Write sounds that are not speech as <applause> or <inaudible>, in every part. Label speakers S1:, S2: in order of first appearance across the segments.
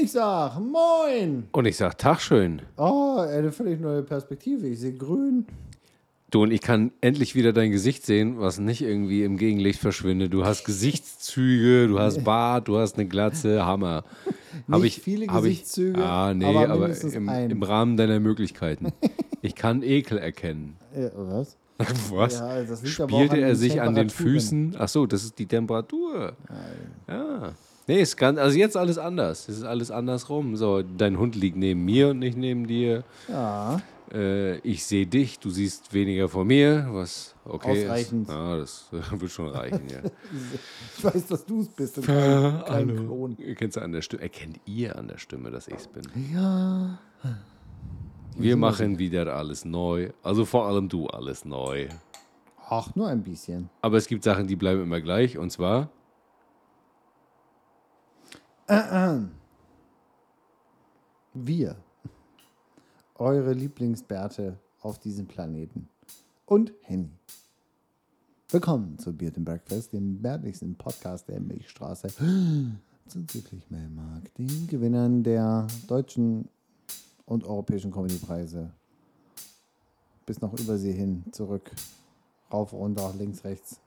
S1: Ich sag Moin.
S2: Und ich sag Tag schön.
S1: Oh, eine völlig neue Perspektive. Ich sehe grün.
S2: Du und ich kann endlich wieder dein Gesicht sehen, was nicht irgendwie im Gegenlicht verschwindet. Du hast Gesichtszüge, du hast Bart, du hast eine Glatze, Hammer. Hab
S1: Nicht viele
S2: hab
S1: Gesichtszüge,
S2: Ich, ah, nee,
S1: aber
S2: aber,
S1: mindestens
S2: im,
S1: einen.
S2: im Rahmen deiner Möglichkeiten. Ich kann Ekel erkennen.
S1: Äh, was?
S2: <laughs> Was?
S1: Ja, das liegt aber auch
S2: Spielte
S1: an
S2: er
S1: den
S2: sich an den
S1: Temperaturen.
S2: Füßen? Ach so, das ist die Temperatur. Ja. Nee, ist ganz, also jetzt alles anders. Es ist alles andersrum. So, dein Hund liegt neben mir und nicht neben dir.
S1: Ja.
S2: Äh, ich sehe dich, du siehst weniger von mir, was okay
S1: Ausreichend.
S2: ist. Ja, das <laughs> wird schon reichen, ja.
S1: Ich weiß, dass du es bist. und <laughs> Kein, kein Klon.
S2: Erkennst du an der Stimme, erkennt ihr an der Stimme, dass ich es bin?
S1: Ja.
S2: Wir machen wieder alles neu. Also vor allem du alles neu.
S1: Ach, nur ein bisschen.
S2: Aber es gibt Sachen, die bleiben immer gleich. Und zwar,
S1: Wir. Eure Lieblingsbärte auf diesem Planeten. Und Henny. Willkommen zu Beard and Breakfast, dem bärtlichsten Podcast der Milchstraße. <gasps> Zusätzlich mehr mag den Gewinnern der deutschen und europäischen Comedypreise. Bis nach Übersee hin, zurück, rauf, runter, links, rechts,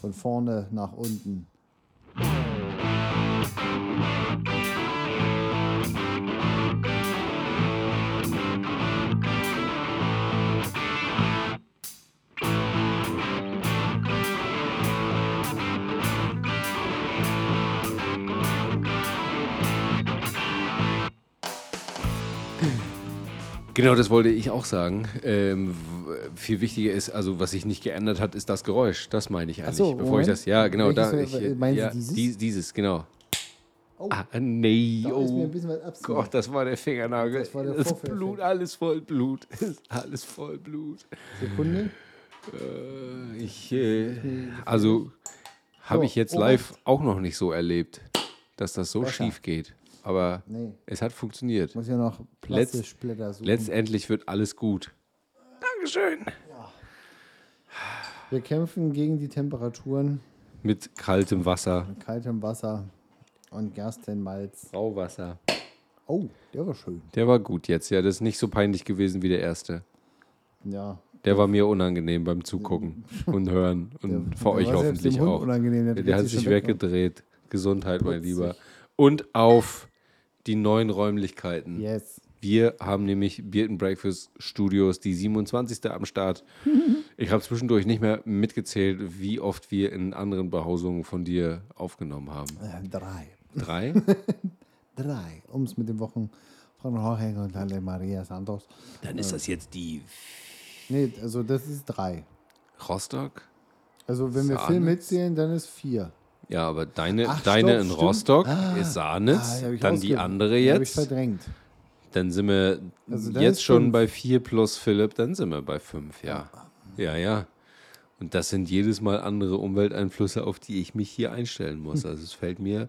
S1: von vorne nach unten.
S2: genau das wollte ich auch sagen. Ähm, w- viel wichtiger ist, also was sich nicht geändert hat, ist das Geräusch. Das meine ich eigentlich.
S1: so,
S2: bevor
S1: Moment.
S2: ich das, ja, genau. Da,
S1: Welches,
S2: ich,
S1: äh, meinen Sie
S2: ja,
S1: dieses?
S2: dies- dieses, genau.
S1: Oh.
S2: Ah, nee,
S1: Da ist mir
S2: oh.
S1: ein bisschen was abzunehmen.
S2: Gott, das war der Fingernagel. Das,
S1: Das war der Vorführeffekt.
S2: Blut, alles voll Blut. <laughs> Ist alles voll Blut.
S1: Sekunde.
S2: Äh, Ich, äh, also habe ich jetzt
S1: Obacht.
S2: live auch noch nicht so erlebt, dass das so
S1: Besser.
S2: schief geht. Aber
S1: Nee.
S2: es hat funktioniert.
S1: Muss ja noch
S2: Letzt-
S1: Plastiksplitter suchen.
S2: Letztendlich wird alles gut. Dankeschön.
S1: Wir kämpfen gegen die Temperaturen
S2: Mit kaltem Wasser,
S1: mit kaltem Wasser und Gerstenmalz.
S2: Rauwasser.
S1: Oh, der war schön.
S2: Der war gut jetzt, ja. Das ist nicht so peinlich gewesen wie der erste.
S1: Ja.
S2: Der war mir unangenehm beim Zugucken und Hören und
S1: Der-
S2: für
S1: der
S2: euch
S1: war selbst
S2: hoffentlich
S1: dem Hund
S2: auch.
S1: unangenehm, der
S2: der
S1: dreht
S2: hat
S1: sich
S2: sich
S1: schon weg noch.
S2: weggedreht. Gesundheit, mein Lieber. Und auf die neuen Räumlichkeiten.
S1: Yes.
S2: Wir haben nämlich Beard and Breakfast Studios, die 27.
S1: <laughs>
S2: am Start. Ich habe zwischendurch nicht mehr mitgezählt, wie oft wir in anderen Behausungen von dir aufgenommen haben.
S1: Äh, drei. <laughs>
S2: Drei?
S1: Drei. Um es mit den Wochen von Jorge und Halle Maria Santos.
S2: Dann ist das jetzt die
S1: Nee, also das ist drei.
S2: Rostock?
S1: Also wenn wir
S2: Sahne.
S1: Film mitzählen, dann ist vier.
S2: Ja, aber deine,
S1: Ach,
S2: deine
S1: stopp,
S2: in
S1: stimmt.
S2: Rostock
S1: Ah,
S2: ist Sahnitz,
S1: die hab ich
S2: dann die
S1: rausge-
S2: andere
S1: die Hab ich
S2: jetzt.
S1: verdrängt.
S2: Dann sind wir
S1: Also dann
S2: jetzt
S1: ist
S2: schon
S1: fünf.
S2: bei 4 plus Philipp, dann sind wir bei 5, ja. Ja, ja. Und das sind jedes Mal andere Umwelteinflüsse, auf die ich mich hier einstellen muss. Also es fällt mir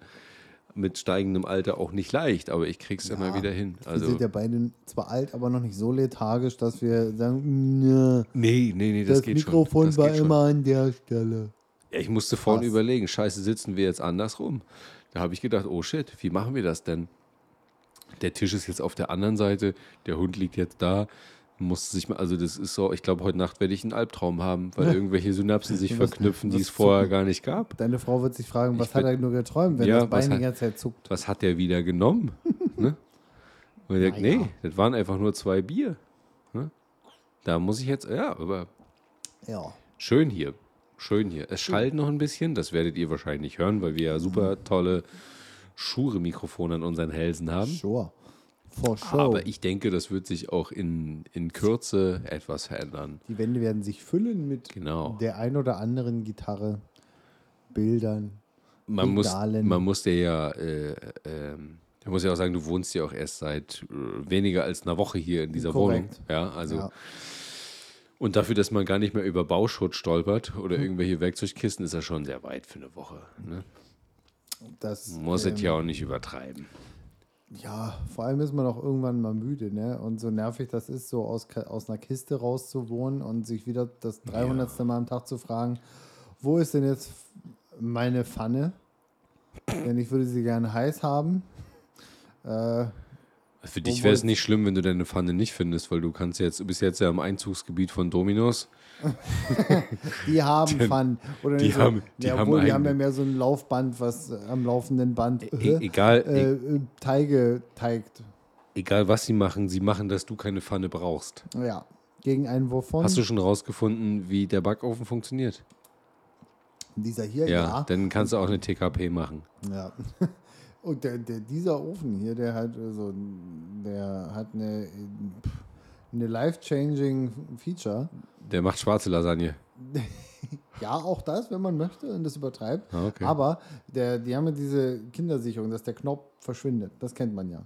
S2: mit steigendem Alter auch nicht leicht, aber ich krieg's immer wieder hin.
S1: wir
S2: Also
S1: sind ja beide zwar alt, aber noch nicht so lethargisch, dass wir sagen, nö,
S2: nee, nee, nee, das,
S1: das,
S2: geht schon.
S1: Mikrofon
S2: Das
S1: war
S2: geht schon.
S1: immer an der Stelle.
S2: Ja, Ich musste vorhin
S1: Krass.
S2: überlegen, scheiße, sitzen wir jetzt andersrum? Da habe ich gedacht, oh shit, wie machen wir das denn? Der Tisch ist jetzt auf der anderen Seite, der Hund liegt jetzt da. Musste sich mal, also das ist so, ich glaube, heute Nacht werde ich einen Albtraum haben,
S1: <laughs>
S2: weil irgendwelche Synapsen sich
S1: Du wirst-
S2: verknüpfen, die
S1: wirst
S2: es vorher gar nicht gab.
S1: Deine Frau wird sich fragen, was
S2: Ich
S1: hat
S2: bin-
S1: er nur geträumt, wenn
S2: Ja,
S1: das
S2: was
S1: Bein die
S2: hat-
S1: ganze Zeit zuckt.
S2: Was hat der wieder
S1: <laughs>
S2: genommen? ne? Und ich,
S1: Naja.
S2: nee, das waren einfach nur zwei Bier. Ne? Da muss ich jetzt, ja, aber
S1: Ja.
S2: Schön hier. Schön hier.
S1: Hm.
S2: Es schallt noch ein bisschen, das werdet ihr wahrscheinlich hören, weil wir ja super tolle Schure-Mikrofone an unseren Hälsen haben.
S1: Sure. For sure.
S2: Aber ich denke, das wird sich auch in, in Kürze etwas verändern.
S1: die Wände werden sich füllen mit
S2: Genau.
S1: der ein oder anderen Gitarre, Bildern.
S2: Man muss,
S1: Regalen.
S2: man muss dir ja, äh, ähm, ich muss ja auch sagen, du wohnst ja auch erst seit äh, weniger als einer Woche hier in dieser
S1: Korrekt.
S2: Wohnung. Ja, also
S1: Ja.
S2: Und dafür, dass man gar nicht mehr über Bauschutt stolpert oder
S1: Hm.
S2: irgendwelche Werkzeugkisten, ist ja schon sehr weit für eine Woche. Ne?
S1: Das,
S2: Muss
S1: ähm,
S2: es ja auch nicht übertreiben.
S1: ja, vor allem ist man auch irgendwann mal müde, ne? Und so nervig das ist, so aus, Ka- aus einer Kiste rauszuwohnen und sich wieder das 300. Mal am Tag zu fragen, wo ist denn jetzt
S2: <laughs>
S1: meine Pfanne? denn ich würde sie gerne heiß haben. Äh,
S2: Für dich
S1: Obwohl-
S2: wäre es nicht schlimm, wenn du deine Pfanne nicht findest, weil du kannst jetzt, du bist jetzt ja im Einzugsgebiet von Dominos.
S1: die haben Fun. Oder
S2: die
S1: nicht so,
S2: haben- die
S1: ja,
S2: haben
S1: obwohl, die haben
S2: eigene-
S1: ja mehr so ein Laufband, was äh, am laufenden Band
S2: E
S1: äh,
S2: egal, e
S1: äh, äh, Teige teigt.
S2: egal was sie machen, sie machen, dass du keine Pfanne brauchst.
S1: Ja. Gegen einen wovon?
S2: Hast du schon rausgefunden, wie der Backofen funktioniert?
S1: Dieser hier,
S2: Ja,
S1: ja.
S2: dann kannst du auch eine TKP machen.
S1: Ja. <laughs> Und der, der, dieser Ofen hier, der hat äh, so, ein- der hat eine, äh, pff, eine life-changing Feature.
S2: Der macht schwarze Lasagne.
S1: Ja, auch das, wenn man möchte und das übertreibt.
S2: Ah, okay.
S1: Aber der, die haben ja diese Kindersicherung, dass der Knopf verschwindet. Das kennt man ja.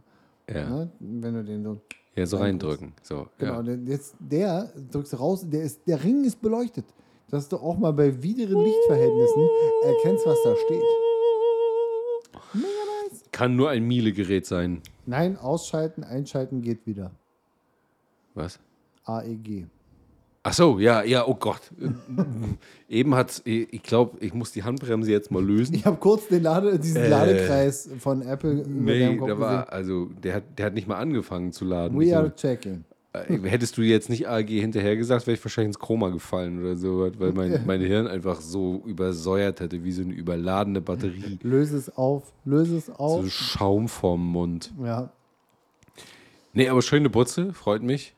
S2: Ja,
S1: Ne? Wenn du den so.
S2: ja so
S1: Reindrückst.
S2: reindrücken. So,
S1: Genau,
S2: ja.
S1: den- jetzt der drückst du raus, der, ist, der Ring ist beleuchtet. Dass du auch mal bei wideren Lichtverhältnissen erkennst, was da steht.
S2: Kann nur ein Miele-Gerät sein.
S1: Nein, ausschalten, einschalten geht wieder. E
S2: Was?
S1: AEG.
S2: Ach so, ja, ja, oh Gott. <laughs> Eben hat's, ich glaube, ich muss die Handbremse jetzt mal lösen.
S1: Ich habe kurz den Lade, diesen
S2: Äh,
S1: Ladekreis von Apple über
S2: Nee,
S1: deinem Kopf
S2: da
S1: gesehen.
S2: war, also, der hat, der hat nicht mal angefangen zu laden.
S1: We
S2: So.
S1: are checking.
S2: Äh, Hättest du jetzt nicht AG hinterher gesagt, wäre ich wahrscheinlich ins Koma gefallen oder so, weil mein, mein Hirn einfach so übersäuert hätte, wie so eine überladene Batterie.
S1: Löse es auf, löse es auf.
S2: So Schaum vorm Mund.
S1: ja,
S2: Nee, aber schöne Butze, freut mich.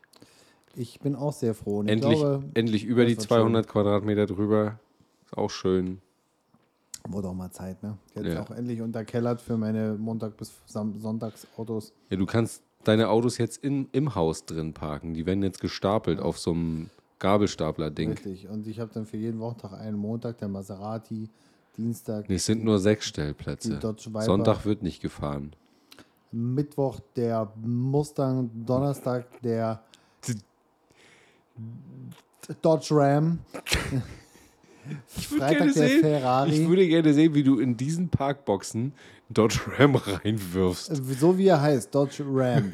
S1: ich bin auch sehr froh. Und
S2: Endlich,
S1: ich glaube,
S2: endlich über die
S1: das war
S2: 200 Quadratmeter drüber. Ist auch schön.
S1: wurde auch mal Zeit, ne? Jetzt
S2: Ja.
S1: auch endlich unterkellert für meine Montag- bis Sam- Sonntagsautos.
S2: Ja, du kannst deine Autos jetzt in, im Haus drin parken. Die werden jetzt gestapelt auf so einem Gabelstapler-Ding.
S1: Richtig. Und ich habe dann für jeden Wochentag einen Montag, der Maserati, Dienstag,
S2: Nee, es sind nur sechs
S1: die
S2: Stellplätze.
S1: Dodge Viper,
S2: Sonntag wird nicht gefahren.
S1: Mittwoch der Mustang, Donnerstag der Dodge Ram,
S2: <laughs> Ich
S1: Freitag der
S2: Ich
S1: Ferrari.
S2: würde gerne sehen, wie du in diesen Parkboxen Dodge Ram <laughs> reinwirfst.
S1: So wie er heißt, Dodge
S2: <laughs>
S1: Ram.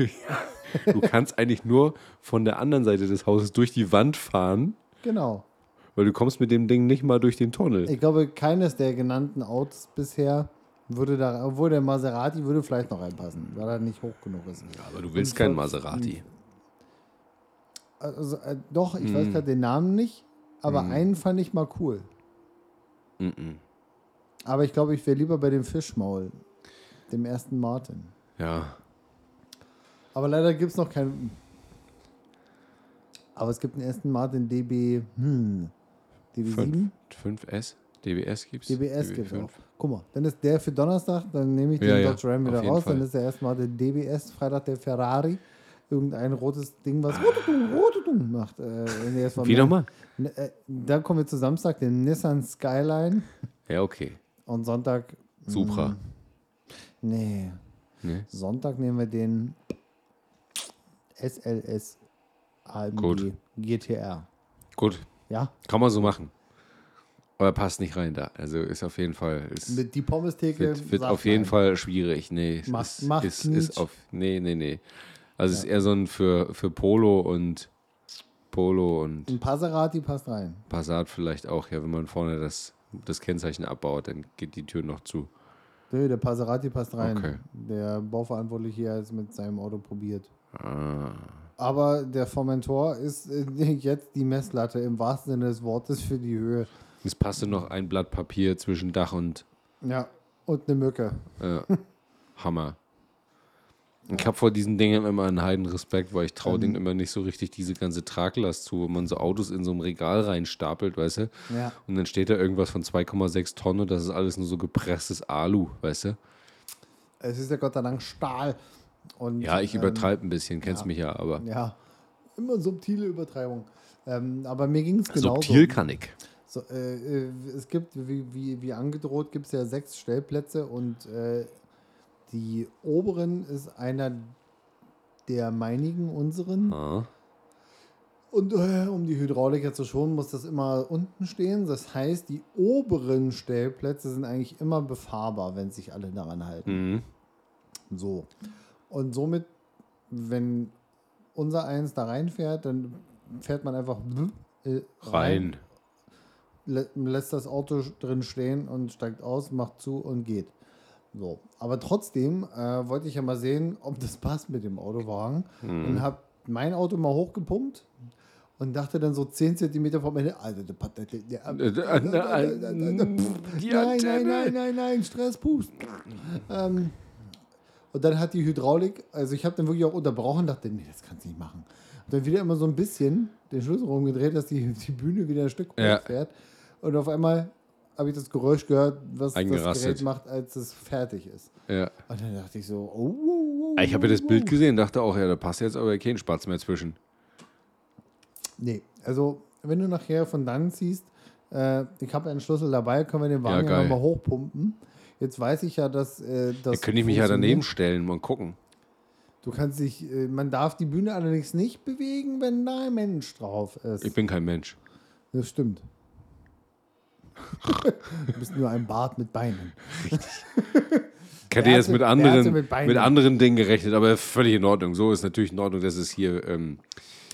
S2: Du kannst eigentlich nur von der anderen Seite des Hauses durch die Wand fahren,
S1: genau.
S2: weil du kommst mit dem Ding nicht mal durch den Tunnel.
S1: Ich glaube, keines der genannten Autos bisher würde da, obwohl der Maserati würde vielleicht noch reinpassen, weil er nicht hoch genug ist.
S2: Aber du willst kein Maserati.
S1: Also, äh, doch, ich
S2: Hm.
S1: weiß gerade den Namen nicht, aber einen fand ich mal cool. Aber ich glaube, ich wäre lieber bei dem Fischmaul, dem ersten Martin.
S2: Ja.
S1: Aber leider gibt es noch keinen. Aber es gibt einen ersten Martin DB. Hm, DB7?
S2: 5, 5S? DBS gibt's?
S1: DBS gibt es
S2: DB5.
S1: auch. Guck mal, dann ist der für Donnerstag, dann nehme ich den
S2: Ja, ja,
S1: Dodge Ram
S2: auf
S1: wieder
S2: jeden
S1: raus, dann
S2: Fall.
S1: ist der erstmal der DBS, Freitag der Ferrari, irgendein rotes Ding, was <laughs> rotetum, rotetum macht. Äh, wenn der erstmal
S2: Wie
S1: mehr-
S2: nochmal?
S1: Ne, Äh, dann kommen wir zu Samstag, den Nissan Skyline
S2: Ja, okay.
S1: und Sonntag,
S2: Supra. Ne?
S1: nee, Mhm.
S2: Nee.
S1: Sonntag nehmen wir den SLS AMG
S2: Gut.
S1: GTR.
S2: Gut,
S1: Ja,
S2: kann man so machen. Aber passt nicht rein da. Also ist auf jeden Fall. Ist,
S1: mit die Pommestheke.
S2: Wird, wird
S1: sagt
S2: auf jeden
S1: nein.
S2: Fall schwierig. Nee, es
S1: Macht-
S2: ist,
S1: macht
S2: ist,
S1: Knutsch.
S2: ist auf. Nee, nee, nee. Also es ist eher so ein für, für Polo und Polo und
S1: Ein Passerati passt rein.
S2: Passat vielleicht auch. Ja, wenn man vorne das, das Kennzeichen abbaut, dann geht die Tür noch zu.
S1: Nö, der Passerati passt rein.
S2: Okay.
S1: Der Bauverantwortliche hier hat es mit seinem Auto probiert.
S2: Ah.
S1: Aber der Formentor ist äh, <laughs> jetzt die Messlatte im wahrsten Sinne des Wortes für die Höhe.
S2: Es passte noch ein Blatt Papier zwischen Dach und
S1: Ja, und eine Mücke. <laughs>
S2: äh, Hammer. Ich habe vor diesen Dingen immer einen heiden Respekt, weil ich traue denen immer nicht so richtig diese ganze Traglast zu, wo man so Autos in so einem Regal reinstapelt, weißt du?
S1: Ja.
S2: Und dann steht da irgendwas von 2,6 Tonnen, das ist alles nur so gepresstes Alu, weißt du?
S1: Es ist ja Gott sei Dank Stahl. Und,
S2: Ja, ich
S1: ähm,
S2: übertreibe ein bisschen, kennst mich ja, aber
S1: Ja, immer subtile Übertreibung. Ähm, aber mir ging es genauso.
S2: Also subtil kann ich.
S1: So, äh, äh, es gibt, wie, wie, wie angedroht, gibt es ja sechs Stellplätze und äh, die oberen ist einer der meinigen, unseren.
S2: Ja.
S1: Und äh, um die Hydrauliker zu schonen, muss das immer unten stehen. Das heißt, die oberen Stellplätze sind eigentlich immer befahrbar, wenn sich alle daran halten.
S2: Mhm.
S1: So. Und somit, wenn unser Eins da reinfährt, dann fährt man einfach <laughs> äh,
S2: Rein.
S1: lä lässt das Auto drin stehen und steigt aus, macht zu und geht. So. Aber trotzdem äh, wollte ich ja mal sehen, ob das passt mit dem Autowagen. Und habe mein Auto mal hochgepumpt und dachte dann so 10 Zentimeter vom Ende, Alter, der Pat- der- der- der-
S2: Äh, äh, äh,
S1: Nein,
S2: die
S1: nein,
S2: Antenne.
S1: nein, nein, nein, Stress, Pust. Ähm, und dann hat die Hydraulik, also ich habe dann wirklich auch unterbrochen, dachte, nee, das kannst du nicht machen. Und dann wieder immer so ein bisschen den Schlüssel rumgedreht, dass die, die Bühne wieder ein Stück
S2: Ja.
S1: hochfährt. Und auf einmal habe ich das Geräusch gehört, was das
S2: Eingerastet.
S1: Gerät macht, als es fertig ist.
S2: Ja.
S1: Und dann dachte ich so, oh, oh, oh
S2: Ich habe ja das Bild gesehen, dachte auch, ja, da passt jetzt aber kein Spatz mehr zwischen.
S1: Nee, also wenn du nachher von dann ziehst, äh, ich habe einen Schlüssel dabei, können wir den Wagen
S2: Ja,
S1: ja,
S2: geil.
S1: nochmal hochpumpen. Jetzt weiß ich ja, dass äh,
S2: Da
S1: das.
S2: könnte ich mich ja
S1: funktioniert.
S2: daneben stellen und gucken.
S1: Du kannst dich, äh, man darf die Bühne allerdings nicht bewegen, wenn da ein Mensch drauf ist.
S2: Ich bin kein Mensch.
S1: das stimmt. <laughs> du bist nur ein Bart mit Beinen.
S2: Ich hätte jetzt
S1: Bärte-
S2: mit anderen,
S1: Bärte
S2: mit,
S1: mit Beinen.
S2: anderen Dingen gerechnet, aber völlig in Ordnung. So ist natürlich in Ordnung, dass es hier. Ähm,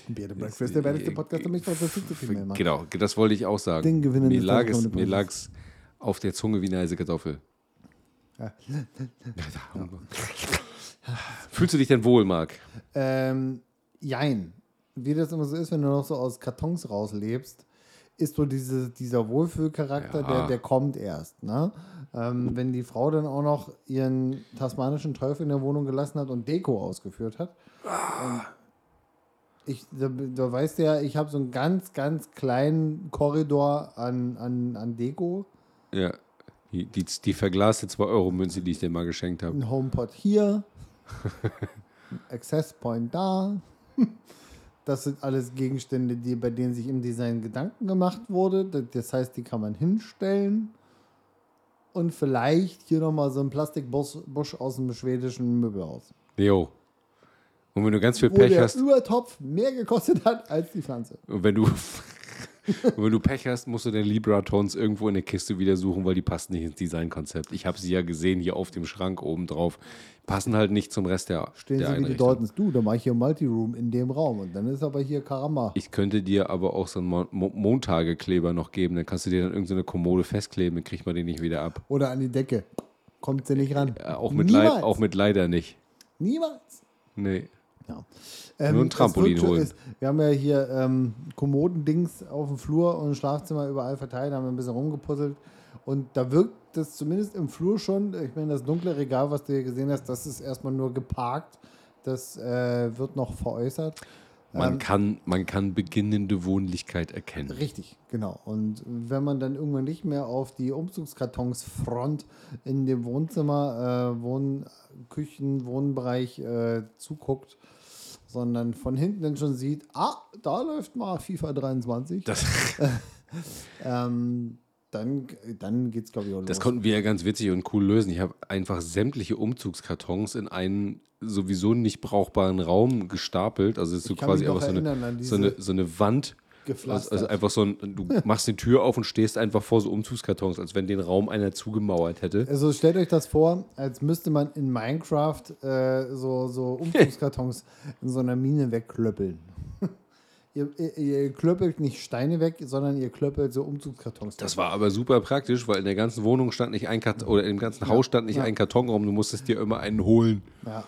S1: Bier and Breakfast, der werde ich den Podcast damit nicht zu viel mehr machen.
S2: genau, das wollte ich auch sagen.
S1: Den gewinnen
S2: mir
S1: ist
S2: lag
S1: das
S2: es,
S1: kommende
S2: mir
S1: Prinzip.
S2: lag's auf der Zunge wie eine heiße Kartoffel. <laughs> Fühlst du dich denn wohl, Marc?
S1: Ähm, jein. Wie das immer so ist, wenn du noch so aus Kartons rauslebst, ist so diese, dieser Wohlfühlcharakter,
S2: Ja.
S1: der, der kommt erst. Ne? Ähm, wenn die Frau dann auch noch ihren tasmanischen Teufel in der Wohnung gelassen hat und Deko ausgeführt hat. Ähm, ich, da, da weißt du ja, ich habe so einen ganz, ganz kleinen Korridor an, an, an Deko.
S2: Ja. Die, die, die verglaste 2-Euro-Münze, die ich dir mal geschenkt habe.
S1: Ein HomePod hier, <laughs> ein Access Point da. <laughs> Das sind alles Gegenstände, die, bei denen sich im Design Gedanken gemacht wurde. Da- Das heißt, die kann man hinstellen. Und vielleicht hier nochmal so ein Plastikbusch Busch aus dem schwedischen Möbelhaus.
S2: Jo. Und wenn du ganz viel
S1: Wo
S2: Pech
S1: der
S2: hast,
S1: Übertopf mehr gekostet hat als die Pflanze.
S2: und wenn du, <laughs> und wenn du Pech hast, musst du deine Libra-Tons irgendwo in der Kiste wieder suchen, weil die passen nicht ins Designkonzept. Ich habe sie ja gesehen hier auf dem Schrank oben drauf. Passen halt nicht zum Rest der,
S1: Stehen
S2: der
S1: sie wie die
S2: Einrichtung.
S1: Daltons. Du, da mache ich hier Multiroom in dem Raum. Und dann ist aber hier Karamba.
S2: Ich könnte dir aber auch so einen Mon Mon Montagekleber noch geben, dann kannst du dir dann irgendeine Kommode festkleben, dann kriegt man den nicht wieder ab.
S1: Oder an die Decke. Kommt sie nicht ran.
S2: Äh, auch, mit
S1: Niemals.
S2: Leid, auch mit leider nicht.
S1: Niemals.
S2: Nee.
S1: Ja. Ähm,
S2: Nur ein
S1: es
S2: Trampolin
S1: wirkt schon-
S2: holen.
S1: es- wir haben ja hier ähm, Kommodendings auf dem Flur und im Schlafzimmer überall verteilt, haben ein bisschen rumgepuzzelt. Und da wirkt das zumindest im Flur schon, ich meine, das dunkle Regal, was du hier gesehen hast, das ist erstmal nur geparkt. Das äh, wird noch veräußert.
S2: Man, kann, man kann beginnende Wohnlichkeit erkennen.
S1: Ähm. Richtig, genau. Und wenn man dann irgendwann nicht mehr auf die Umzugskartonsfront in dem Wohnzimmer, äh, Wohn Küchen, Wohnbereich äh, zuguckt, sondern von hinten dann schon sieht, ah, da läuft mal FIFA 23,
S2: Das,
S1: ähm, dann, dann geht es, glaube ich, auch los.
S2: das konnten wir ja ganz witzig und cool lösen. Ich habe einfach sämtliche Umzugskartons in einen sowieso nicht brauchbaren Raum gestapelt. Also es ist so
S1: Ich kann
S2: quasi
S1: mich noch
S2: einfach so
S1: erinnern an
S2: eine,
S1: diese-
S2: so, eine, so eine Wand. Also,
S1: Gepflastert.
S2: also einfach so ein,
S1: <laughs>
S2: du machst die Tür auf und stehst einfach vor so Umzugskartons, als wenn den Raum einer zugemauert hätte.
S1: Also stellt euch das vor, als müsste man in Minecraft äh, so,
S2: <laughs>
S1: so Umzugskartons in so einer Mine wegklöppeln. <laughs> ihr, ihr, ihr klöppelt nicht Steine weg, sondern ihr klöppelt so Umzugskartons.
S2: Das
S1: weg.
S2: war aber super praktisch, weil in der ganzen Wohnung stand nicht ein Karton, oder im ganzen Haus stand nicht ein Karton rum, du musstest dir immer einen holen.
S1: Ja.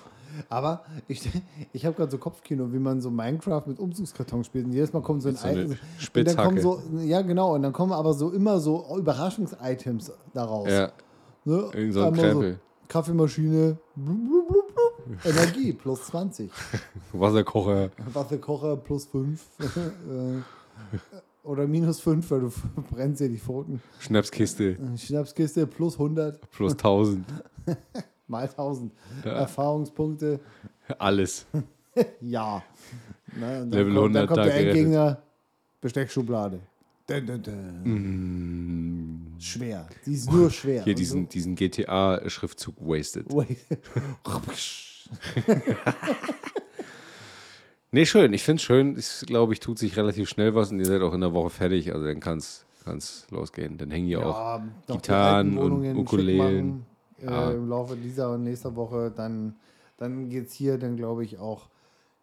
S1: Aber ich, <laughs> ich habe gerade so Kopfkino, wie man so Minecraft mit Umzugskartons spielt. Und jedes Mal kommt so ein
S2: So eine
S1: Item- und dann
S2: Spitzhacke.
S1: kommen so, Ja, genau. Und dann kommen aber so immer so Überraschungs-Items daraus.
S2: Ja,
S1: Ne?
S2: Irgend so ein
S1: Einmal
S2: Krempel.
S1: Kaffeemaschine, blub, blub, blub,
S2: <laughs>
S1: blub. Energie plus 20.
S2: Wasserkocher.
S1: Wasserkocher plus 5 <laughs> oder minus 5, weil du brennst dir die Pfoten.
S2: Schnapskiste
S1: Schnapskiste plus 100
S2: plus 1000.
S1: mal 1000. Erfahrungspunkte,
S2: Alles.
S1: ja. Na, dann
S2: Level
S1: kommt,
S2: 100
S1: Dann kommt der
S2: Tage
S1: Endgegner, Besteckschublade. Dun, dun, dun. Schwer. Die ist nur schwer.
S2: Mm. Hier
S1: Und so-
S2: diesen, diesen GTA-Schriftzug wasted.
S1: <laughs> Wait.
S2: Nee, schön. Ich finde es schön. Ich glaube, ich tut sich relativ schnell was und ihr seid auch in der Woche fertig. Also dann kann es losgehen. Dann hängen hier auch.
S1: Ja, noch die
S2: Gitarren
S1: alten
S2: und
S1: Wohnungen schick
S2: Ukulelen.
S1: machen, Äh, Im Laufe dieser und nächster Woche, dann, dann geht es hier dann, glaube ich, auch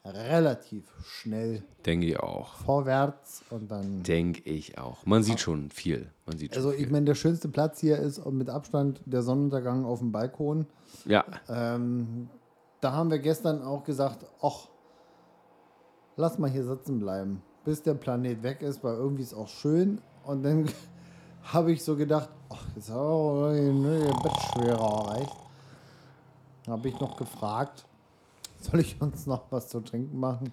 S1: relativ schnell
S2: Denke ich auch.
S1: vorwärts und dann.
S2: Denke ich auch. Man sieht schon viel. Man sieht schon
S1: Also ich
S2: viel.
S1: meine, der schönste Platz hier ist mit Abstand der Sonnenuntergang auf dem Balkon.
S2: ja,
S1: Ähm, da haben wir gestern auch gesagt, ach, lass mal hier sitzen bleiben, bis der Planet weg ist, weil irgendwie ist auch schön. Und dann <laughs> habe ich so gedacht, ach, jetzt habe ich auch ne, Bettschwerer erreicht. Habe ich noch gefragt, soll ich uns noch was zu trinken machen?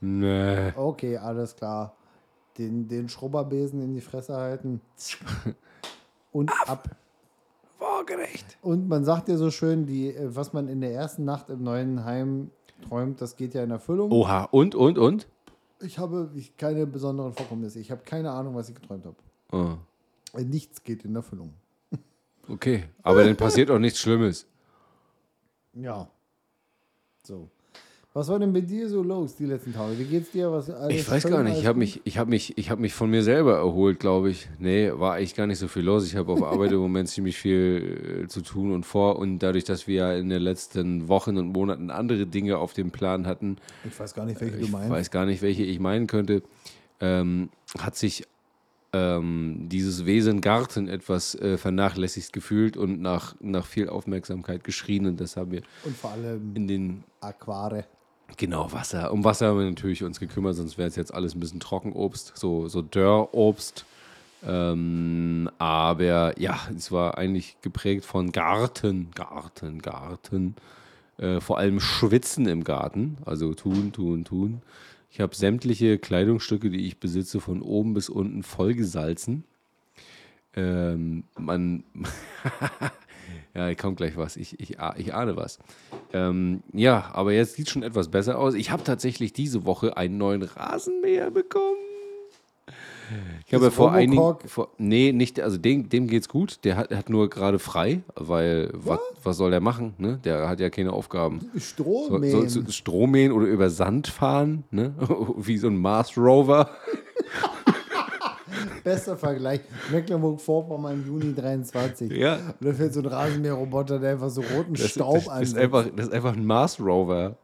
S2: nee.
S1: Okay, alles klar. Den, den Schrubberbesen in die Fresse
S2: <laughs>
S1: halten. Und ab.
S2: Waagerecht.
S1: Und man sagt ja so schön, die, äh, was man in der ersten Nacht im neuen Heim träumt, das geht ja in Erfüllung.
S2: Oha, und, und, und?
S1: Ich habe ich, keine besonderen Vorkommnisse. Ich habe keine Ahnung, was ich geträumt habe.
S2: Oh,
S1: Äh, Nichts geht in Erfüllung.
S2: okay, aber dann passiert auch nichts Schlimmes.
S1: Ja. So. Was war denn bei dir so los die letzten Tage? Wie geht's dir? Was, alles
S2: Ich weiß
S1: schön,
S2: gar nicht.
S1: alles
S2: Ich habe
S1: gut?
S2: mich, ich habe mich, ich habe mich von mir selber erholt, glaube ich. Nee, war eigentlich gar nicht so viel los. Ich habe auf Arbeit im Moment ziemlich viel äh, zu tun und vor. Und dadurch, dass wir ja in den letzten Wochen und Monaten andere Dinge auf dem Plan hatten,
S1: Ich weiß gar nicht, welche du
S2: ich
S1: meinst.
S2: weiß gar nicht, welche ich meinen könnte, ähm, hat sich ähm, dieses Wesen Garten etwas äh, vernachlässigt gefühlt und nach, nach viel Aufmerksamkeit geschrien. Und das haben wir
S1: Und vor allem
S2: in den
S1: Aquare.
S2: Genau, Wasser. Um Wasser haben wir natürlich uns gekümmert, sonst wäre es jetzt alles ein bisschen Trockenobst, so, so Dörrobst. Ähm, aber ja, es war eigentlich geprägt von Garten, Garten, Garten. Äh, vor allem Schwitzen im Garten, also tun, tun, tun. Ich habe sämtliche Kleidungsstücke, die ich besitze, von oben bis unten vollgesalzen. Ähm, man, <laughs> ja, kommt gleich was. Ich, ich, ah- ich ahne was. Ähm, ja, aber jetzt sieht schon etwas besser aus. Ich habe tatsächlich diese Woche einen neuen Rasenmäher bekommen. Ich habe
S1: Ist
S2: ja vor einigen.
S1: Robocock-
S2: Vor, nee, nicht, also dem, dem geht's gut. Der hat, hat nur gerade frei, weil was, was soll der machen? Ne? Der hat ja keine Aufgaben. So,
S1: Strohmähen.
S2: sollst du Strohmähen oder über Sand fahren? Ne? <laughs> Wie so ein Mars Rover.
S1: Bester Vergleich. Mecklenburg-Vorpommern, Juni 23.
S2: Ja.
S1: Und da fällt so ein Rasenmäherroboter, der einfach so roten Staub
S2: das,
S1: an.
S2: das, ist einfach, das ist einfach ein Mars Rover.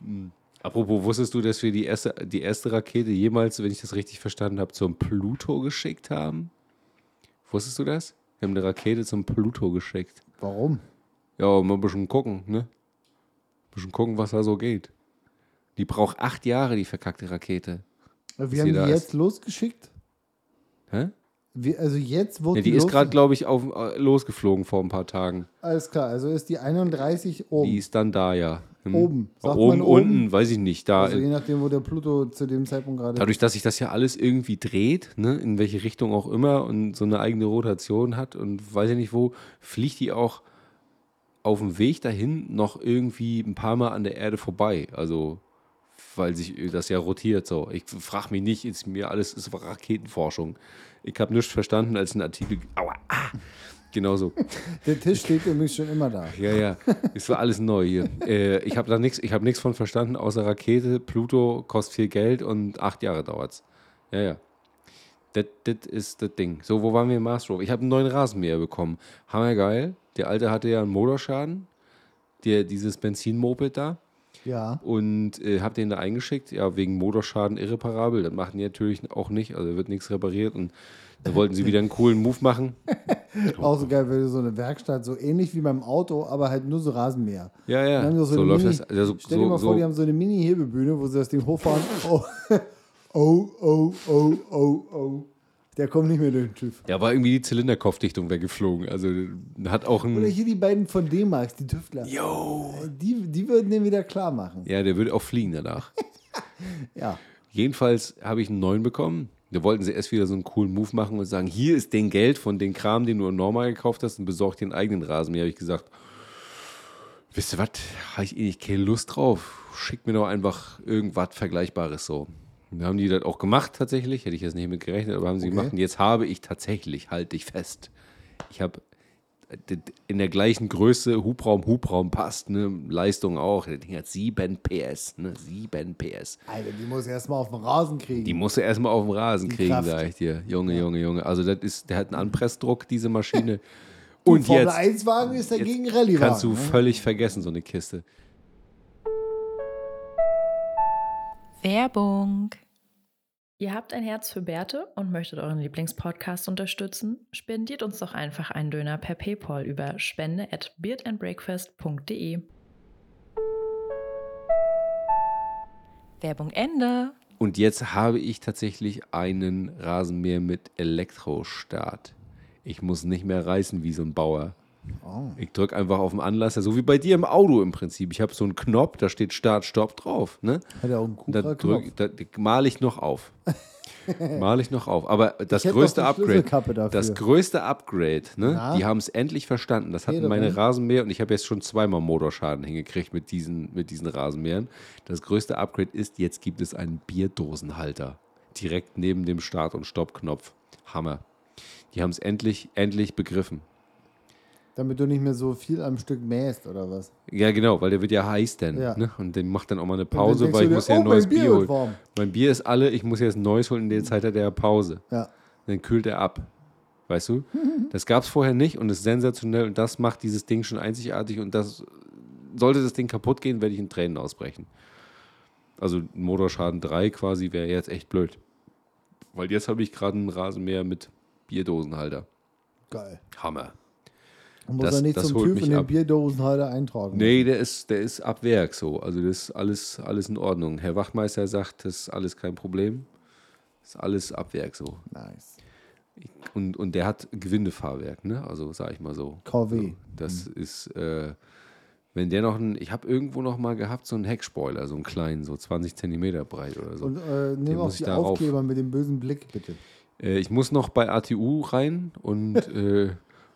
S2: Hm. Apropos, wusstest du, dass wir die erste, die erste Rakete jemals, wenn ich das richtig verstanden habe, zum Pluto geschickt haben? Wusstest du das? Wir haben eine Rakete zum Pluto geschickt.
S1: Warum?
S2: Ja, mal ein bisschen gucken, ne? Ein bisschen gucken, was da so geht. Die braucht acht Jahre, die verkackte Rakete.
S1: Wir haben
S2: sie
S1: die
S2: da
S1: jetzt
S2: ist.
S1: losgeschickt.
S2: Hä?
S1: Wir, also jetzt wurde
S2: Ja, die ist gerade, glaube ich, auf, äh, losgeflogen vor ein paar Tagen.
S1: Alles klar, also ist die 31 oben.
S2: Die ist dann da, ja. Hm.
S1: Oben. Sagt
S2: oben,
S1: man oben?
S2: unten, weiß ich nicht. Da,
S1: also je nachdem, wo der Pluto zu dem Zeitpunkt gerade
S2: Dadurch, dass sich das ja alles irgendwie dreht, ne, in welche Richtung auch immer und so eine eigene Rotation hat und weiß ja nicht wo, fliegt die auch auf dem Weg dahin noch irgendwie ein paar Mal an der Erde vorbei. Also, weil sich das ja rotiert so. Ich frage mich nicht, ist mir alles ist Raketenforschung. Ich habe nichts verstanden als ein Artikel. Aua, ah, genauso.
S1: Der Tisch steht übrigens schon immer da.
S2: Ja, ja, es war alles neu hier. Äh, ich habe da nichts hab nix von verstanden, außer Rakete, Pluto, kostet viel Geld und acht Jahre dauert's. Ja, ja. Das das ist das Ding. So, wo waren wir im Mars Rover? Ich habe einen neuen Rasenmäher bekommen. Hammergeil. Der alte hatte ja einen Motorschaden. Der, dieses Benzinmoped da
S1: Ja.
S2: und äh, habe den da eingeschickt, ja, wegen Motorschaden irreparabel. Das machen die natürlich auch nicht, also wird nichts repariert und da wollten sie wieder einen coolen Move machen.
S1: Auch so geil, wenn du so eine Werkstatt, so ähnlich wie beim Auto, aber halt nur so Rasenmäher.
S2: Ja, ja,
S1: Dann haben die so
S2: so
S1: eine
S2: läuft
S1: Mini-
S2: das. Also,
S1: Stell dir
S2: so,
S1: mal
S2: so,
S1: vor, die haben so eine Mini-Hebebühne, wo sie das Ding hochfahren. Oh, <laughs> oh, oh, oh, oh, oh. Der kommt nicht mehr durch den TÜV.
S2: Ja, war irgendwie die Zylinderkopfdichtung weggeflogen. Also hat auch
S1: Oder
S2: ein.
S1: hier die beiden von D-Max, die Tüftler. Oh,
S2: Yo!
S1: Die, die würden den wieder klar machen.
S2: Ja, der würde auch fliegen danach.
S1: Ja.
S2: Jedenfalls habe ich einen neuen bekommen. Da wollten sie erst wieder so einen coolen Move machen und sagen: Hier ist dein Geld von dem Kram, den du in Norma gekauft hast und besorg den eigenen Rasenmäher. Habe ich gesagt: Wisst ihr was? Habe ich eh nicht keine Lust drauf. Schickt mir doch einfach irgendwas Vergleichbares so. Und da haben die das auch gemacht tatsächlich. Hätte ich jetzt nicht mit gerechnet, aber haben sie
S1: Okay.
S2: gemacht. Und jetzt habe ich tatsächlich, halt dich fest, ich habe äh, in der gleichen Größe Hubraum, Hubraum passt, ne? Leistung auch. Das Ding hat 7 PS, ne? 7 PS.
S1: Alter, die muss erstmal auf den Rasen kriegen.
S2: Die musst du erstmal auf dem Rasen
S1: Die
S2: kriegen,
S1: Kraft.
S2: sag ich dir. Junge, Junge, Junge. Also das ist, der hat einen Anpressdruck,
S1: <laughs>
S2: diese Maschine. Und
S1: Formel
S2: jetzt
S1: 1-Wagen ist dagegen
S2: jetzt
S1: Rallye-Wagen.
S2: kannst du
S1: ne?
S2: völlig vergessen, so eine Kiste.
S3: Werbung. Ihr habt ein Herz für Bärte und möchtet euren Lieblingspodcast unterstützen? Spendiert uns doch einfach einen Döner per PayPal über spende at beardandbreakfast.de. Werbung Ende.
S2: Und jetzt habe ich tatsächlich einen Rasenmäher mit Elektrostart. Ich muss nicht mehr reißen wie so ein Bauer.
S1: Oh.
S2: Ich drücke einfach auf den Anlasser, so wie bei dir im Auto im Prinzip. Ich habe so einen Knopf, da steht Start, Stopp drauf. Ne?
S1: Hat er auch einen
S2: Da,
S1: Cupra
S2: drück,
S1: Knopf?
S2: da male ich
S1: <laughs>
S2: noch auf. Male ich noch auf. Aber das
S1: Ich hätte
S2: größte
S1: doch die
S2: Upgrade.
S1: Schlüsselkappe dafür.
S2: Das größte Upgrade, ne?
S1: Na?
S2: Die haben es endlich verstanden. Das hatten
S1: Rede
S2: meine
S1: ruhig.
S2: Rasenmäher und ich habe jetzt schon zweimal Motorschaden hingekriegt mit diesen, mit diesen Rasenmähern. Das größte Upgrade ist, jetzt gibt es einen Bierdosenhalter. Direkt neben dem Start- und Stoppknopf. Hammer. Die haben es endlich, endlich begriffen.
S1: Damit du nicht mehr so viel am Stück mähst oder was?
S2: Ja, genau, weil der wird ja heiß dann.
S1: Ja.
S2: Ne? Und den macht dann auch mal eine
S1: dann
S2: Pause,
S1: denkst
S2: weil
S1: du
S2: ich
S1: dir,
S2: muss ja
S1: oh,
S2: ein
S1: mein
S2: neues
S1: Bier
S2: Bier
S1: wird
S2: holen.
S1: warm.
S2: Mein Bier ist alle, ich muss jetzt ein neues holen, in der Zeit hat er ja Pause.
S1: Ja.
S2: Dann kühlt er ab.
S1: <laughs>
S2: Weißt du? Das gab es vorher nicht und ist sensationell und das macht dieses Ding schon einzigartig und das sollte das Ding kaputt gehen, werde ich in Tränen ausbrechen. Also Motorschaden 3 quasi wäre jetzt echt blöd. Weil jetzt habe ich gerade einen Rasenmäher mit Bierdosenhalter.
S1: Geil.
S2: Hammer.
S1: Und muss
S2: Das-
S1: er nicht
S2: das
S1: zum
S2: holt
S1: TÜV
S2: mich
S1: in den
S2: ab.
S1: Bierdosenhalter eintragen.
S2: Nee, der ist, der ist ab Werk so. Also das ist alles, alles in Ordnung. Herr Wachtmeister sagt, das ist alles kein Problem. Das ist alles ab Werk so.
S1: Nice.
S2: Und, und der hat Gewindefahrwerk, ne? Also sag ich mal so. Also
S1: KW.
S2: Das
S1: Mhm.
S2: ist, äh, wenn der noch ein, ich habe irgendwo noch mal gehabt, so einen Heckspoiler, so einen kleinen, so 20 Zentimeter breit oder so.
S1: Und äh,
S2: Den
S1: nimm auch
S2: muss ich
S1: die
S2: da rauf.
S1: Aufkleber mit dem bösen Blick, bitte.
S2: Äh, ich muss noch bei ATU rein und äh,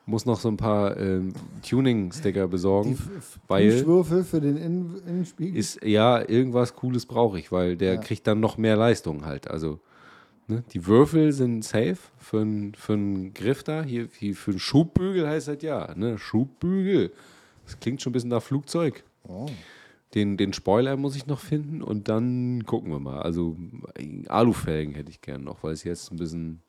S2: muss noch so ein paar ähm, Tuning-Sticker
S1: Die
S2: besorgen,
S1: F- F-
S2: weil
S1: Schwürfel für den Innen Innenspiegel.
S2: ist ja irgendwas Cooles brauche ich, weil der
S1: Ja.
S2: kriegt dann noch mehr Leistung halt. Also ne? die Würfel sind safe für einen für einen Griff da, hier, hier für einen Schubbügel heißt das ja, ne? Schubbügel. Das klingt schon ein bisschen nach Flugzeug.
S1: oh.
S2: Den, den Spoiler muss ich noch finden und dann gucken wir mal. Also äh, Alufelgen hätte ich gern noch, weil es jetzt ein bisschen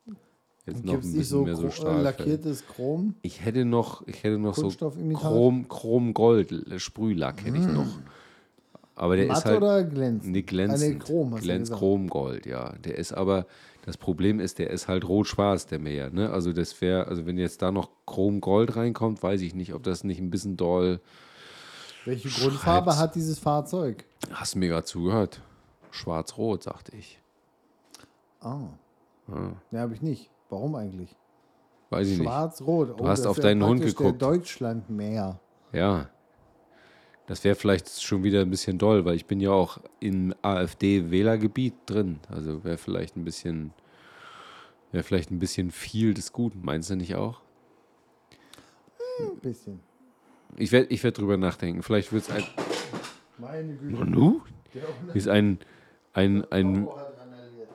S2: jetzt noch ein
S1: Gibt es
S2: bisschen
S1: nicht so, äh,
S2: mehr so
S1: chro-
S2: stark.
S1: lackiertes Chrom?
S2: Ich hätte noch, ich hätte noch so
S1: Kunststoffimitat? Hm.
S2: Chrom, Chrom-Gold, äh, Sprühlack hätte ich noch. Aber der
S1: Matt
S2: ist halt
S1: oder glänzend?
S2: nee, glänzend.
S1: Ah, nee, Chrom, hast du
S2: Glänz,
S1: gesagt.
S2: Chromgold, ja. Der ist aber, das Problem ist, der ist halt rot-schwarz, der Meer. Ne? Also das wäre, also wenn jetzt da noch Chromgold reinkommt, weiß ich nicht, ob das nicht ein bisschen doll.
S1: Welche Grundfarbe
S2: Schreib's.
S1: hat dieses Fahrzeug?
S2: Hast mir gerade zugehört. Schwarz-rot, sagte ich.
S1: Ah. Ja, habe ich nicht. Warum eigentlich?
S2: Weiß ich
S1: Schwarz-rot. Oh,
S2: Du hast
S1: das
S2: auf
S1: wär
S2: deinen Hund
S1: praktisch
S2: geguckt.
S1: Der Deutschlandmäher.
S2: nicht. Ja. Das wäre vielleicht schon wieder ein bisschen doll, weil ich bin ja auch im AfD-Wählergebiet drin. Also wäre vielleicht ein bisschen, wäre vielleicht ein bisschen viel des Guten. Meinst du nicht auch?
S1: Ein bisschen.
S2: Ich werde ich werd drüber nachdenken. Vielleicht wird es ein.
S1: Meine Güte.
S2: Nanu? Ist ein, ein, ein,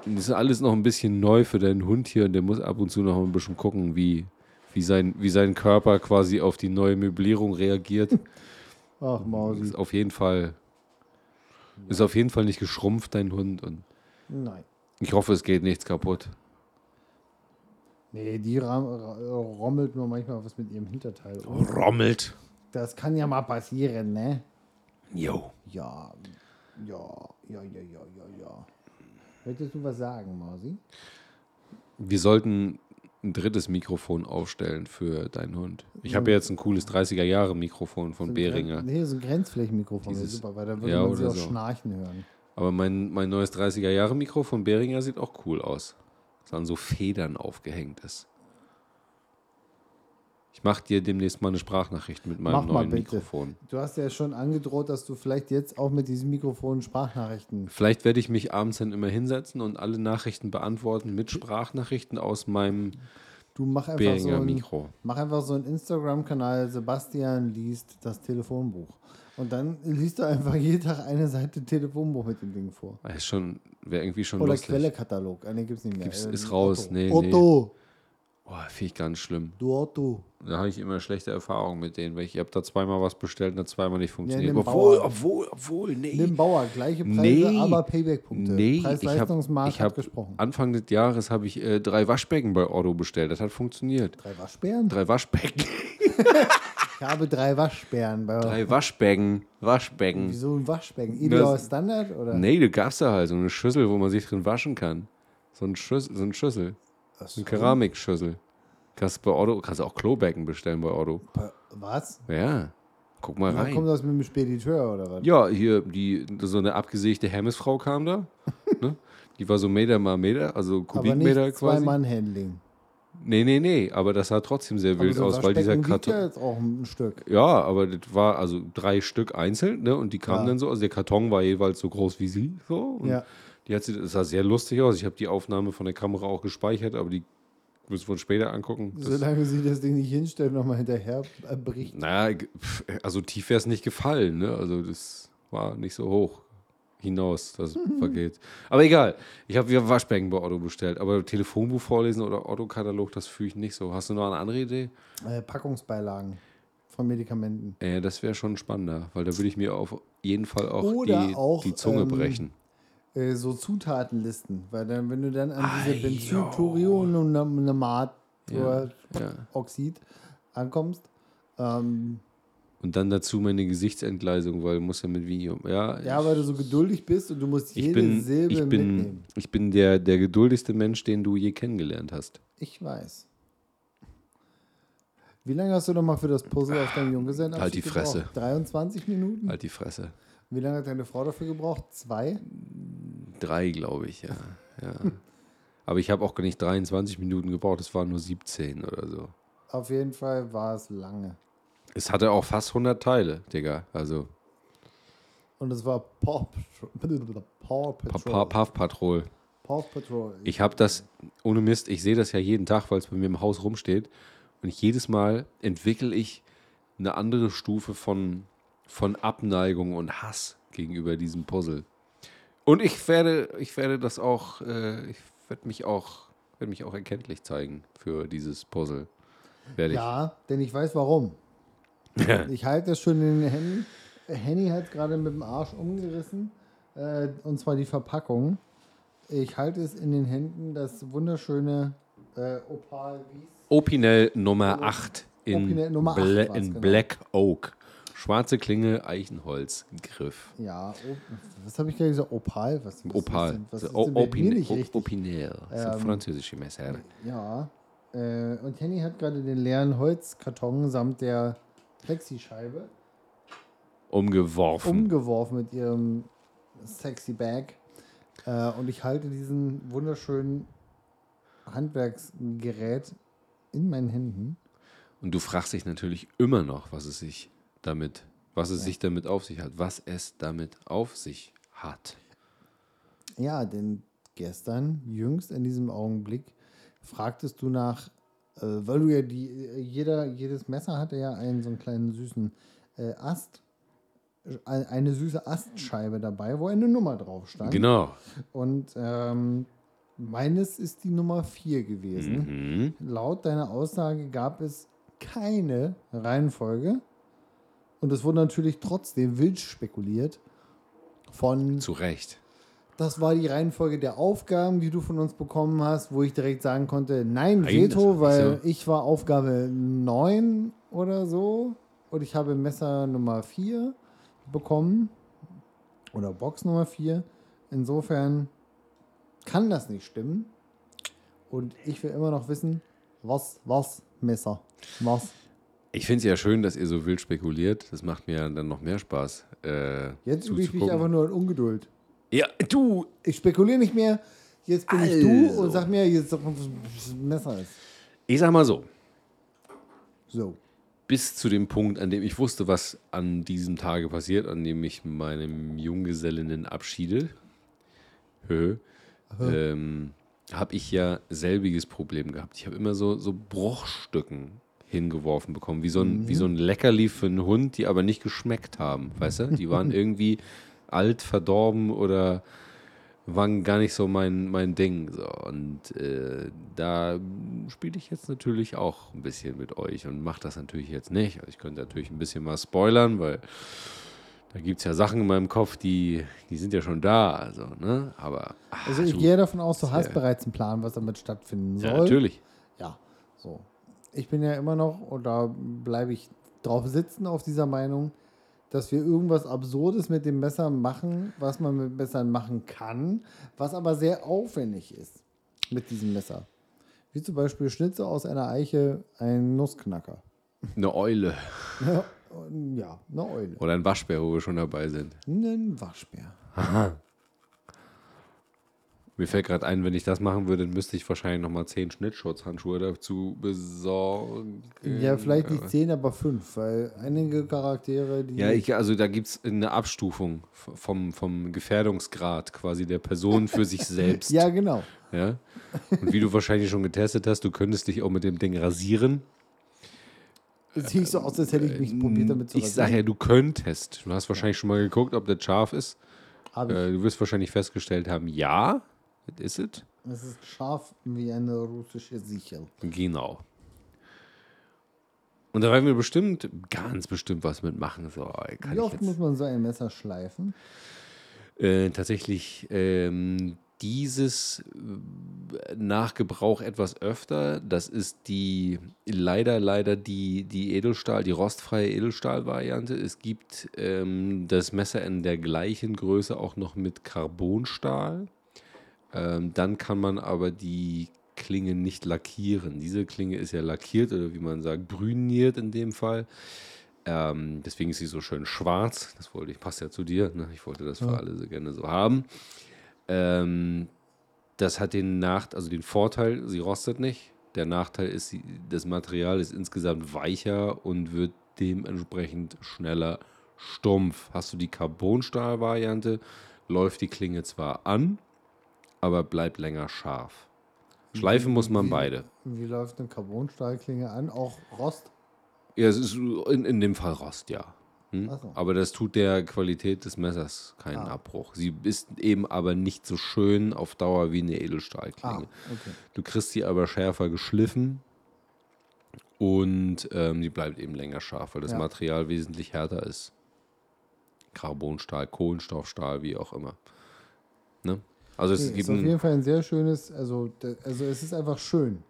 S2: das ist alles noch ein bisschen neu für deinen Hund hier und der muss ab und zu noch ein bisschen gucken, wie, wie, sein, wie sein Körper quasi auf die neue Möblierung reagiert.
S1: Ach, Mausi.
S2: Ist auf jeden Fall, ist auf jeden Fall nicht geschrumpft, dein Hund. Und
S1: Nein.
S2: ich hoffe, es geht nichts kaputt.
S1: Nee, die ram- ra- äh, rommelt nur manchmal was mit ihrem Hinterteil. um.
S2: Rommelt.
S1: Das kann ja mal passieren, ne?
S2: Jo.
S1: Ja. Ja, ja, ja, ja, ja, ja. Möchtest du was sagen, Mausi?
S2: Wir sollten ein drittes Mikrofon aufstellen für deinen Hund. Ich habe ja jetzt ein cooles 30er-Jahre-Mikrofon von Behringer.
S1: Nee, so ein Grenzflächenmikrofon wäre
S2: Dieses-
S1: super, weil da würde
S2: ja,
S1: man sie
S2: oder
S1: auch
S2: so.
S1: schnarchen hören.
S2: Aber mein, mein neues 30er-Jahre-Mikro von Behringer sieht auch cool aus. Das an so Federn aufgehängt ist. Ich mache dir demnächst mal eine Sprachnachricht mit meinem
S1: Mach mal
S2: neuen
S1: bitte.
S2: Mikrofon.
S1: Du hast ja schon angedroht, dass du vielleicht jetzt auch mit diesem Mikrofon Sprachnachrichten.
S2: Vielleicht werde ich mich abends dann immer hinsetzen und alle Nachrichten beantworten mit Sprachnachrichten aus meinem
S1: Du mach einfach so
S2: Behringer
S1: ein,
S2: Mikro.
S1: Mach einfach so einen Instagram-Kanal, Sebastian liest das Telefonbuch. Und dann liest du einfach jeden Tag eine Seite Telefonbuch mit dem Ding vor.
S2: Das ist schon, wäre irgendwie schon
S1: Oder
S2: lustig.
S1: Quellekatalog. Ah, nee, gibt's nicht mehr.
S2: Gibt's-
S1: Ähm,
S2: ist raus.
S1: Otto.
S2: Nee, nee.
S1: Otto.
S2: Boah, finde ich ganz schlimm.
S1: Du Otto.
S2: Da habe ich immer schlechte Erfahrungen mit denen, weil ich habe da zweimal was bestellt und hat zweimal nicht funktioniert.
S1: nimm
S2: obwohl,
S1: Bauer.
S2: obwohl, obwohl, nee.
S1: Nimm Bauer, gleiche Preise,
S2: Nee.
S1: aber Payback-Punkte.
S2: Nee,
S1: äh, Preis-Leistungsmarkt
S2: ich hab,
S1: hat gesprochen.
S2: Anfang des Jahres habe ich äh, drei Waschbecken <laughs> bei Otto bestellt. Das hat funktioniert.
S1: Drei Waschbären?
S2: Drei Waschbecken.
S1: habe drei Waschbären. Bei
S2: Drei Waschbecken, Waschbecken.
S1: Wieso ein Waschbecken? Ideal
S2: Das-
S1: Standard? Oder?
S2: Nee, da gab's da halt so eine Schüssel, wo man sich drin waschen kann. So ein Schüssel, so ein Schüssel.
S1: Ach so.
S2: Eine Keramikschüssel. Kannst bei Otto, kannst auch Klobecken bestellen bei Otto.
S1: Pa- Was?
S2: Ja. Guck mal
S1: Da kommt
S2: rein.
S1: das mit dem Spediteur oder was?
S2: Ja, hier, die, so eine abgesägte Hermesfrau kam da. ne? Die war so Meter mal Meter, also
S1: Aber nicht
S2: Kubikmeter quasi.
S1: Zwei-Mann-Handling.
S2: Nee, nee, nee, aber das sah trotzdem sehr
S1: Aber
S2: wild
S1: so ein
S2: aus, weil dieser
S1: Waschbecken wiegt
S2: Karton.
S1: ja jetzt auch ein Stück.
S2: Ja, aber das war also drei Stück einzeln, ne? Und die kamen
S1: Ja.
S2: dann so, also der Karton war jeweils so groß wie sie, so. Und
S1: Ja.
S2: Die hat sie, das sah sehr lustig aus. Ich habe die Aufnahme von der Kamera auch gespeichert, aber die müssen wir uns später angucken. Das,
S1: Solange sie das Ding nicht hinstellt, nochmal hinterher äh, bricht.
S2: naja, ge- pf, also tief wäre es nicht gefallen, ne? Also das war nicht so hoch hinaus, das
S1: Mhm.
S2: vergeht. Aber egal, ich habe wieder Waschbecken bei Otto bestellt, aber Telefonbuch vorlesen oder Otto-Katalog, das fühle ich nicht so. Hast du noch eine andere Idee?
S1: Äh, Packungsbeilagen von Medikamenten.
S2: Äh, das wäre schon spannender, weil da würde ich mir auf jeden Fall auch,
S1: Oder
S2: die,
S1: auch,
S2: die Zunge
S1: ähm,
S2: brechen.
S1: Äh, so Zutatenlisten. Weil dann, wenn du dann an diese
S2: Ah, jo.
S1: Benzothorionamat
S2: Ja,
S1: oder
S2: ja.
S1: Oxid ankommst, ähm,
S2: Und dann dazu meine Gesichtsentgleisung, weil muss ja mit Video. Ja,
S1: ja, weil du so geduldig bist und du musst
S2: ich
S1: jede
S2: bin,
S1: Silbe
S2: ich
S1: mitnehmen.
S2: bin, ich bin der, der geduldigste Mensch, den du je kennengelernt hast.
S1: Ich weiß. Wie lange hast du nochmal für das Puzzle auf deinem Junggesellenabschied
S2: Halt die Fresse.
S1: Gebraucht? 23 Minuten?
S2: Halt die Fresse.
S1: Wie lange hat deine Frau dafür gebraucht? Zwei?
S2: Drei, glaube ich, ja. ja. Aber ich habe auch gar nicht 23 Minuten gebraucht, es waren nur 17 oder so.
S1: Auf jeden Fall war es lange.
S2: Es hatte auch fast 100 Teile, Digga. Also
S1: Und es war Paw Patrol. Paw Patrol.
S2: Pa- Pa- Puff Patrol.
S1: Paw Patrol.
S2: Ich habe das, ohne Mist, ich sehe das ja jeden Tag, weil es bei mir im Haus rumsteht. Und ich jedes Mal entwickle ich eine andere Stufe von, von Abneigung und Hass gegenüber diesem Puzzle. Und ich werde, ich werde das auch, äh, ich werde mich auch, werde mich auch erkenntlich zeigen für dieses Puzzle. Werde
S1: ja, denn ich weiß warum. ich halte das schon in den Händen. Henny hat gerade mit dem Arsch umgerissen. Äh, und zwar die Verpackung. Ich halte es in den Händen, das wunderschöne äh, Opal Wies.
S2: ich. <laughs> Opinel Nummer 8 in,
S1: Opinel Nummer acht
S2: Bla
S1: war's,
S2: in
S1: genau.
S2: Black Oak. Schwarze Klinge, Eichenholz, Griff.
S1: Ja, Op was habe ich gerade gesagt? Opal? Was, was Ist
S2: Opal.
S1: denn, was ist
S2: O-
S1: denn bei mir
S2: Opinel.
S1: nicht
S2: O-
S1: richtig? Ähm,
S2: Opinel. Das ist ein französisches Messer.
S1: Ja. Äh, und Henny hat gerade den leeren Holzkarton samt der Plexischeibe
S2: umgeworfen.
S1: umgeworfen mit ihrem sexy Bag. Äh, und ich halte diesen wunderschönen Handwerksgerät in meinen Händen.
S2: und du fragst dich natürlich immer noch, was es sich damit, was es sich damit auf sich hat, was es damit auf sich hat.
S1: Ja, denn gestern, jüngst in diesem Augenblick, fragtest du nach, äh, weil du ja die, äh, jeder, jedes Messer hatte ja einen so einen kleinen süßen äh, Ast, ein- eine süße Astscheibe dabei, wo eine Nummer drauf stand.
S2: Genau.
S1: Und ähm, meines ist die Nummer 4 gewesen.
S2: Mhm.
S1: Laut deiner Aussage gab es keine Reihenfolge. Und es wurde natürlich trotzdem wild spekuliert von,
S2: Zu Recht.
S1: das war die Reihenfolge der Aufgaben, die du von uns bekommen hast, wo ich direkt sagen konnte, nein,
S2: Nein,
S1: Veto,
S2: das war
S1: weil
S2: nicht
S1: ich war Aufgabe 9 oder so und ich habe Messer Nummer 4 bekommen oder Box Nummer 4. Insofern kann das nicht stimmen und ich will immer noch wissen, was, was, Messer, was.
S2: Ich finde es ja schön, dass ihr so wild spekuliert. Das macht mir dann noch mehr Spaß. Äh,
S1: Jetzt übe ich mich
S2: zuzugucken.
S1: einfach nur in Ungeduld.
S2: Ja, du.
S1: Ich spekuliere nicht mehr, jetzt bin ich du
S2: Also.
S1: und sag mir, jetzt Messer ist.
S2: Ich sag mal so.
S1: So.
S2: bis zu dem Punkt, an dem ich wusste, was an diesem Tage passiert, an dem ich meinem Junggesellinnen abschiede, hö, ähm, habe ich ja selbiges Problem gehabt. Ich habe immer so, so Bruchstücken hingeworfen bekommen, wie so,
S1: Mhm.
S2: ein, wie so ein Leckerli für einen Hund, die aber nicht geschmeckt haben, weißt du?
S1: <laughs>
S2: Die waren irgendwie alt, verdorben oder waren gar nicht so mein, mein Ding. So. Und äh, da spiele ich jetzt natürlich auch ein bisschen mit euch und mache das natürlich jetzt nicht. Also ich könnte natürlich ein bisschen mal spoilern, weil da gibt es ja Sachen in meinem Kopf, die, die sind ja schon da. Also, ne? Aber ach,
S1: Also ich
S2: du-
S1: gehe davon aus, du hast
S2: ja.
S1: bereits einen Plan, was damit stattfinden soll.
S2: ja, natürlich.
S1: Ja, so. Ich bin ja immer noch, oder bleibe ich drauf sitzen auf dieser Meinung, dass wir irgendwas Absurdes mit dem Messer machen, was man mit Messern machen kann, was aber sehr aufwendig ist mit diesem Messer. Wie zum Beispiel Schnitze aus einer Eiche, ein Nussknacker.
S2: Eine Eule
S1: Ja, eine Eule.
S2: oder ein Waschbär, wo wir schon dabei sind.
S1: Ein Waschbär.
S2: Mir fällt gerade ein, wenn ich das machen würde, dann müsste ich wahrscheinlich nochmal 10 Schnittschutzhandschuhe dazu besorgen.
S1: Ja, vielleicht nicht zehn, aber fünf, weil einige Charaktere, die.
S2: Ja, ich, also da gibt es eine Abstufung v- vom, vom Gefährdungsgrad quasi der Person
S1: <laughs>
S2: für sich selbst.
S1: ja genau.
S2: Ja? Und wie du wahrscheinlich schon getestet hast, du könntest dich auch mit dem Ding rasieren.
S1: Es sieht so aus, als hätte ich mich probiert damit zu
S2: Ähm, Ich sage ja, du könntest. Du hast wahrscheinlich schon mal geguckt, ob das scharf ist.
S1: Hab ich.
S2: Äh, du wirst wahrscheinlich festgestellt haben, ja, das ist es.
S1: Es ist scharf wie eine russische Sichel.
S2: Genau. Und da werden wir bestimmt, ganz bestimmt was mitmachen. So, kann
S1: Wie
S2: ich
S1: oft
S2: jetzt,
S1: muss man so ein Messer schleifen?
S2: äh, tatsächlich ähm, dieses äh, nach Gebrauch etwas öfter. Das ist die, leider, leider die, die Edelstahl, die rostfreie Edelstahl-Variante. Es gibt ähm, das Messer in der gleichen Größe auch noch mit Carbonstahl. Ähm, dann kann man aber die Klinge nicht lackieren. Diese Klinge ist ja lackiert oder wie man sagt, brüniert in dem Fall. Ähm, deswegen ist sie so schön schwarz. Das wollte ich, passt ja zu dir. Ne? Ich wollte das für alle so gerne so haben. Ähm, das hat den Nacht, also den Vorteil, sie rostet nicht. Der Nachteil ist, sie, das Material ist insgesamt weicher und wird dementsprechend schneller stumpf. Hast du die Carbonstahl-Variante, läuft die Klinge zwar an, aber bleibt länger scharf. Schleifen muss man
S1: Wie-
S2: beide.
S1: Wie läuft eine Carbonstahlklinge an? Auch Rost?
S2: Ja, es ist in, in dem Fall Rost, ja. Hm?
S1: Ach so.
S2: Aber das tut der Qualität des Messers keinen
S1: Ah.
S2: Abbruch. Sie ist eben aber nicht so schön auf Dauer wie eine
S1: Ah,
S2: Edelstahlklinge.
S1: okay.
S2: Du kriegst sie aber schärfer geschliffen und ähm, die bleibt eben länger scharf, weil das
S1: Ja.
S2: Material wesentlich härter ist. Carbonstahl, Kohlenstoffstahl, wie auch immer. Ne? Also es
S1: okay
S2: gibt
S1: ist auf
S2: ein,
S1: jeden Fall ein sehr schönes, also, de- also es ist einfach schön.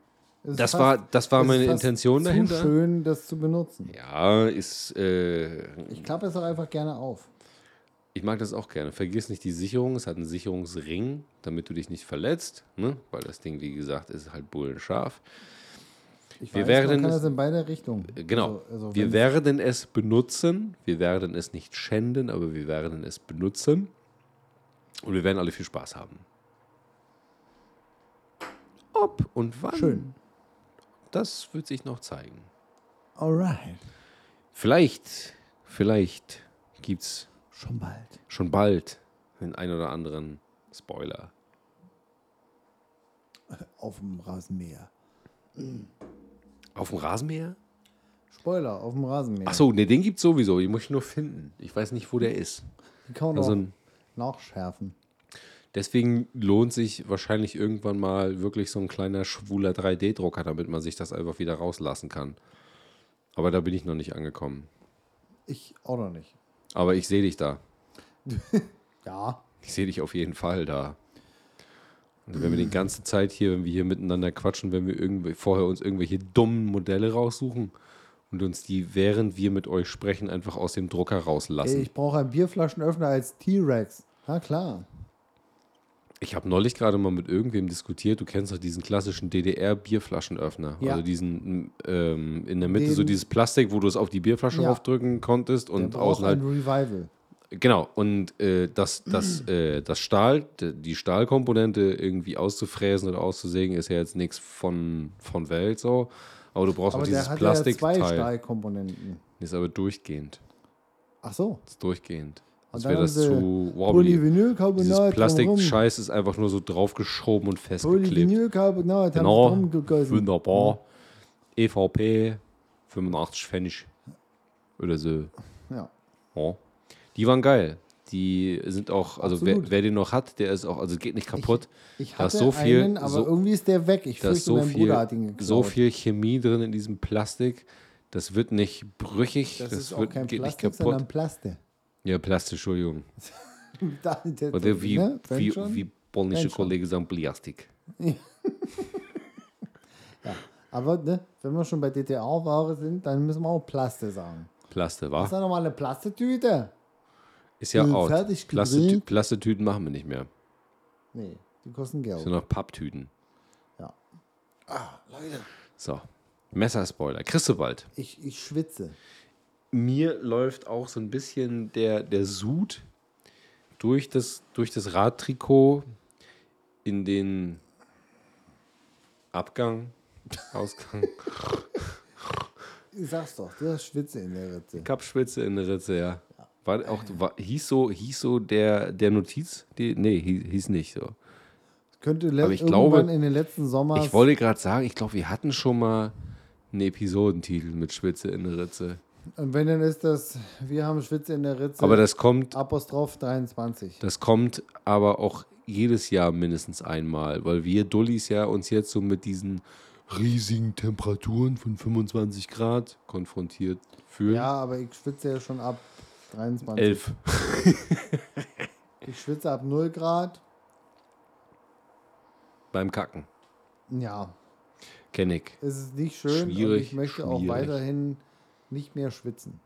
S1: Es ist
S2: Das war- das war
S1: es ist
S2: meine
S1: fast
S2: Intention
S1: zu
S2: dahinter.
S1: schön, das zu benutzen.
S2: ja, ist äh,
S1: Ich klappe es auch einfach gerne auf.
S2: Ich mag das auch gerne. Vergiss nicht die Sicherung. Es hat einen Sicherungsring, damit du dich nicht verletzt. Ne? Weil das Ding, wie gesagt, ist halt bullenscharf.
S1: Ich
S2: Wir
S1: weiß,
S2: wären
S1: man kann
S2: es-
S1: das in beide Richtungen.
S2: Äh, Genau.
S1: Also, also
S2: wir
S1: wenn-
S2: werden es benutzen. Wir werden es nicht schänden, aber wir werden es benutzen. Und wir werden alle viel Spaß haben. Ob und wann,
S1: Schön.
S2: das wird sich noch zeigen.
S1: Alright.
S2: Vielleicht, vielleicht gibt es
S1: Schon bald.
S2: schon bald den ein oder anderen Spoiler.
S1: Auf dem Rasenmäher.
S2: Auf dem Rasenmäher?
S1: Spoiler, auf dem Rasenmäher.
S2: Ach so, ne, den gibt's sowieso. Den muss ich nur finden. Ich weiß nicht, wo der ist.
S1: Die kann man
S2: Also
S1: auch
S2: ein-
S1: nachschärfen.
S2: Deswegen lohnt sich wahrscheinlich irgendwann mal wirklich so ein kleiner schwuler 3D-Drucker, damit man sich das einfach wieder rauslassen kann. Aber da bin ich noch nicht angekommen.
S1: Ich auch noch nicht.
S2: Aber ich sehe dich da.
S1: Ja.
S2: Ich sehe dich auf jeden Fall da. Und wenn wir die ganze Zeit hier, wenn wir hier miteinander quatschen, wenn wir irgendwie vorher uns irgendwelche dummen Modelle raussuchen und uns die, während wir mit euch sprechen, einfach aus dem Drucker
S1: Ey,
S2: rauslassen.
S1: ich brauche einen Bierflaschenöffner als T-Rex. Na klar.
S2: Ich habe neulich gerade mal mit irgendwem diskutiert. Du kennst doch diesen klassischen DDR-Bierflaschenöffner.
S1: Ja.
S2: Also diesen ähm, in der Mitte
S1: Den-
S2: so dieses Plastik, wo du es auf die Bierflasche
S1: Ja.
S2: draufdrücken konntest
S1: Der
S2: und
S1: braucht
S2: außen
S1: ein
S2: halt.
S1: Revival.
S2: Genau. Und äh, das, das, äh, das Stahl, d- die Stahlkomponente irgendwie auszufräsen oder auszusägen, ist ja jetzt nichts von, von Welt so. Aber du brauchst
S1: Aber
S2: auch
S1: der
S2: dieses
S1: hat ja zwei
S2: Plastikteil.
S1: Stahlkomponenten.
S2: ist aber durchgehend.
S1: Ach so.
S2: Ist durchgehend. Sonst
S1: dann
S2: wäre
S1: haben
S2: das
S1: sie
S2: zu wobbly. Dieses
S1: Polyvinylcarbonat drumherum.
S2: Plastikscheiß ist einfach nur so draufgeschoben und festgeklebt.
S1: Polyvinylcarbonat
S2: Genau.
S1: haben sie drum
S2: Wunderbar. E EVP 85 Pfennig oder so.
S1: Ja.
S2: Ja. Die waren geil. Die sind auch, also wer,
S1: Absolut.
S2: wer den noch hat, der ist auch, also geht nicht kaputt.
S1: Ich
S2: Da
S1: hatte
S2: ist so viel-
S1: einen, aber
S2: so-
S1: irgendwie ist der weg. Ich
S2: da
S1: fürchte,
S2: ist so
S1: mein Bruder
S2: viel,
S1: hat ihn geklaut.
S2: so viel Chemie drin in diesem Plastik. Das wird nicht brüchig,
S1: Das,
S2: das,
S1: ist auch
S2: wird,
S1: kein
S2: geht
S1: Plastik,
S2: nicht kaputt.
S1: sondern Plaste. <laughs>
S2: Ja, Plastik, Entschuldigung.
S1: Da- der-
S2: Oder wie,
S1: ne? Wenn
S2: wie,
S1: schon?
S2: wie polnische
S1: Wenn schon.
S2: Kollegen sagen, Plastik.
S1: Aber ne, wenn wir schon bei DTA-Ware sind, dann müssen wir auch Plaste sagen.
S2: Plaste,
S1: Das ist
S2: war?
S1: ja nochmal eine Plastetüte.
S2: Ist ja
S1: Äh,
S2: out.
S1: fertig
S2: Plastetü
S1: gedreht.
S2: Plastetüten machen wir nicht mehr.
S1: Nee, die kosten Geld.
S2: Das sind noch Papptüten.
S1: Ja.
S2: So. Messerspoiler. Kriegst du bald.
S1: Ich, ich schwitze.
S2: mir läuft auch so ein bisschen der, der Sud durch das, durch das Radtrikot in den Abgang, <laughs> Ausgang,
S1: Ich sag's doch, du hast Schwitze in der Ritze.
S2: Kappspitze in der Ritze, ja. War auch, war, hieß so, hieß so der, der Notiz? Die, nee, hieß, hieß nicht so.
S1: Könnte le-
S2: Aber ich
S1: irgendwann
S2: glaube,
S1: in den letzten Sommer.
S2: Ich wollte gerade sagen, ich glaube, wir hatten schon mal einen Episodentitel mit Schwitze in der Ritze.
S1: Und wenn dann ist das, wir haben Schwitze in der Ritze.
S2: Aber das kommt
S1: Apostroph 23.
S2: Das kommt aber auch jedes Jahr mindestens einmal, weil wir Dullis ja uns jetzt so mit diesen riesigen Temperaturen von 25 Grad konfrontiert fühlen.
S1: Ja, aber ich schwitze ja schon ab 23.
S2: Elf.
S1: Ich schwitze ab 0 Grad.
S2: Beim Kacken.
S1: Ja,
S2: Kenn ich.
S1: es ist nicht schön. und
S2: Schwierig,
S1: ich möchte auch
S2: schwierig.
S1: weiterhin nicht mehr schwitzen.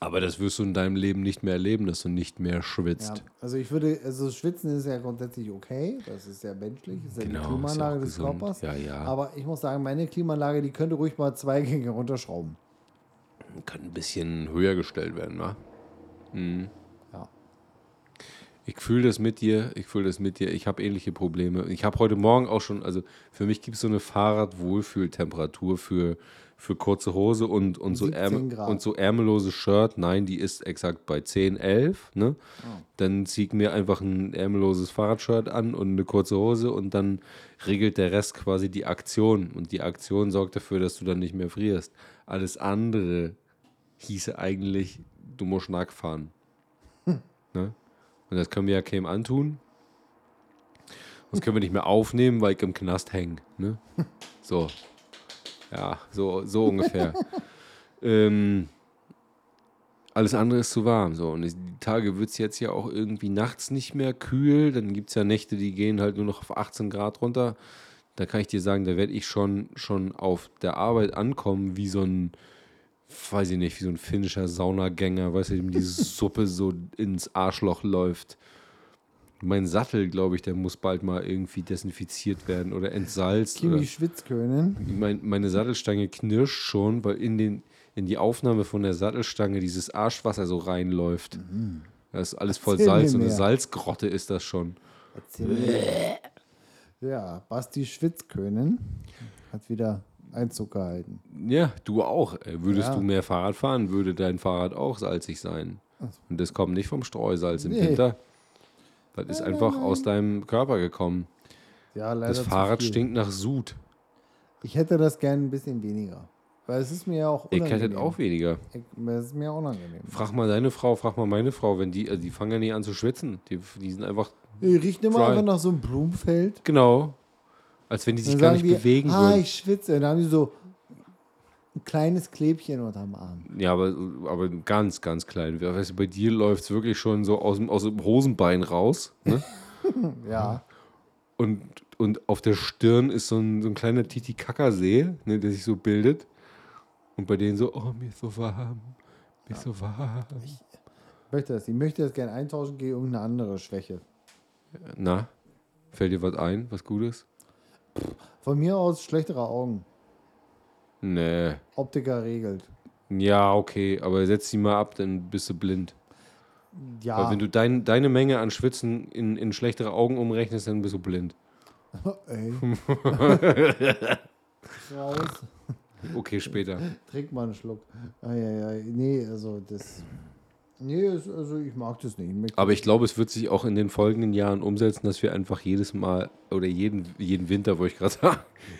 S2: Aber das wirst du in deinem Leben nicht mehr erleben, dass du nicht mehr
S1: Ja,
S2: schwitzt.
S1: also ich würde, also schwitzen ist ja grundsätzlich okay, das ist ja menschlich, ist ja die
S2: Genau,
S1: Klimaanlage
S2: ist ja auch
S1: des
S2: gesund.
S1: Körpers.
S2: Ja, ja.
S1: Aber ich muss sagen, meine Klimaanlage, die könnte ruhig mal zwei Gänge runterschrauben.
S2: Kann ein bisschen höher gestellt werden, wa?
S1: Ja.
S2: Ich fühle das mit dir, ich fühle das mit dir. Ich habe ähnliche Probleme. Ich habe heute Morgen auch schon, also für mich gibt es so eine Fahrradwohlfühltemperatur für, für kurze Hose und, und, so
S1: 17
S2: Ärmel,
S1: Grad.
S2: und so ärmellose Shirt. Nein, die ist exakt bei 10, 11. Ne? Dann ziehe ich mir einfach ein ärmelloses Fahrradshirt an und eine kurze Hose und dann regelt der Rest quasi die Aktion. Und die Aktion sorgt dafür, dass du dann nicht mehr frierst. Alles andere hieße eigentlich, du musst nackt fahren. Ne? Und das können wir ja Kim antun. Das können wir nicht mehr aufnehmen, weil ich im Knast hänge. Ne? So. Ja, so, so ungefähr. ähm, alles andere ist zu warm. So. Und die Tage wird es jetzt ja auch irgendwie nachts nicht mehr kühl. Dann gibt es ja Nächte, die gehen halt nur noch auf 18 Grad runter. Da kann ich dir sagen, da werde ich schon, schon auf der Arbeit ankommen, wie so ein, weiß ich nicht, wie so ein finnischer Saunagänger, weißt du, dem die Suppe so ins Arschloch läuft. Mein Sattel, glaube ich, der muss bald mal irgendwie desinfiziert werden oder entsalzt. oder
S1: Kimi Schwitzkönen.
S2: mein, meine Sattelstange knirscht schon, weil in, den, in die Aufnahme von der Sattelstange dieses Arschwasser so reinläuft. Das ist alles voll
S1: Mhm. Erzähl mir
S2: Salz und eine
S1: mehr.
S2: Salzgrotte ist das schon.
S1: Erzähl mir. Ja, Basti Schwitzkönen hat wieder Einzug gehalten.
S2: Ja, du auch. Äh, Würdest
S1: Ja.
S2: du mehr Fahrrad fahren, würde dein Fahrrad auch salzig sein. Und das kommt nicht vom Streusalz im
S1: Nee.
S2: Winter. Das ist einfach aus deinem Körper gekommen.
S1: Ja, leider
S2: Das
S1: zu
S2: Fahrrad
S1: viel.
S2: stinkt nach Sud.
S1: Ich hätte das gern ein bisschen weniger. Weil es ist mir ja auch
S2: Ich
S1: unangenehm.
S2: hätte auch weniger.
S1: Ich- Es ist mir unangenehm.
S2: Frag mal deine Frau, frag mal meine Frau, wenn die, also die fangen ja nie an zu schwitzen. Die, die sind einfach
S1: Äh, Riecht immer
S2: Dry.
S1: einfach nach so einem Blumenfeld.
S2: Genau. Als wenn die sich
S1: Dann
S2: gar
S1: sagen
S2: nicht
S1: die,
S2: bewegen
S1: ah,
S2: würden.
S1: ich schwitze. Und dann haben die so ein kleines Klebchen unterm Arm.
S2: Ja, aber, aber ganz, ganz klein. Weißt du, bei dir läuft es wirklich schon so aus dem, aus dem Hosenbein raus.
S1: <laughs>
S2: Ne?
S1: Ja.
S2: Mhm. und, und auf der Stirn ist so ein, so ein kleiner Titicacasee, ne, der sich so bildet. Und bei denen so, oh, mir ist so warm. Mir ist so warm.
S1: Ich möchte das. Ich möchte das gerne eintauschen gegen irgendeine andere Schwäche.
S2: Na, fällt dir was ein, was Gutes?
S1: Von mir aus schlechtere Augen.
S2: Nee.
S1: Optiker regelt.
S2: Ja, okay, aber setz die mal ab, dann bist du blind. Weil
S1: Ja.
S2: wenn du dein, deine Menge an Schwitzen in, in schlechtere Augen umrechnest, dann bist du blind. <laughs>
S1: Ey. Raus.
S2: Okay, später.
S1: Trink mal einen Schluck. Ah, ja, ja. Nee, also das. Nee, es- also ich mag das nicht. Ich möchte-
S2: Aber ich glaube, es wird sich auch in den folgenden Jahren umsetzen, dass wir einfach jedes Mal oder jeden, jeden Winter, wo ich gerade <laughs> sage,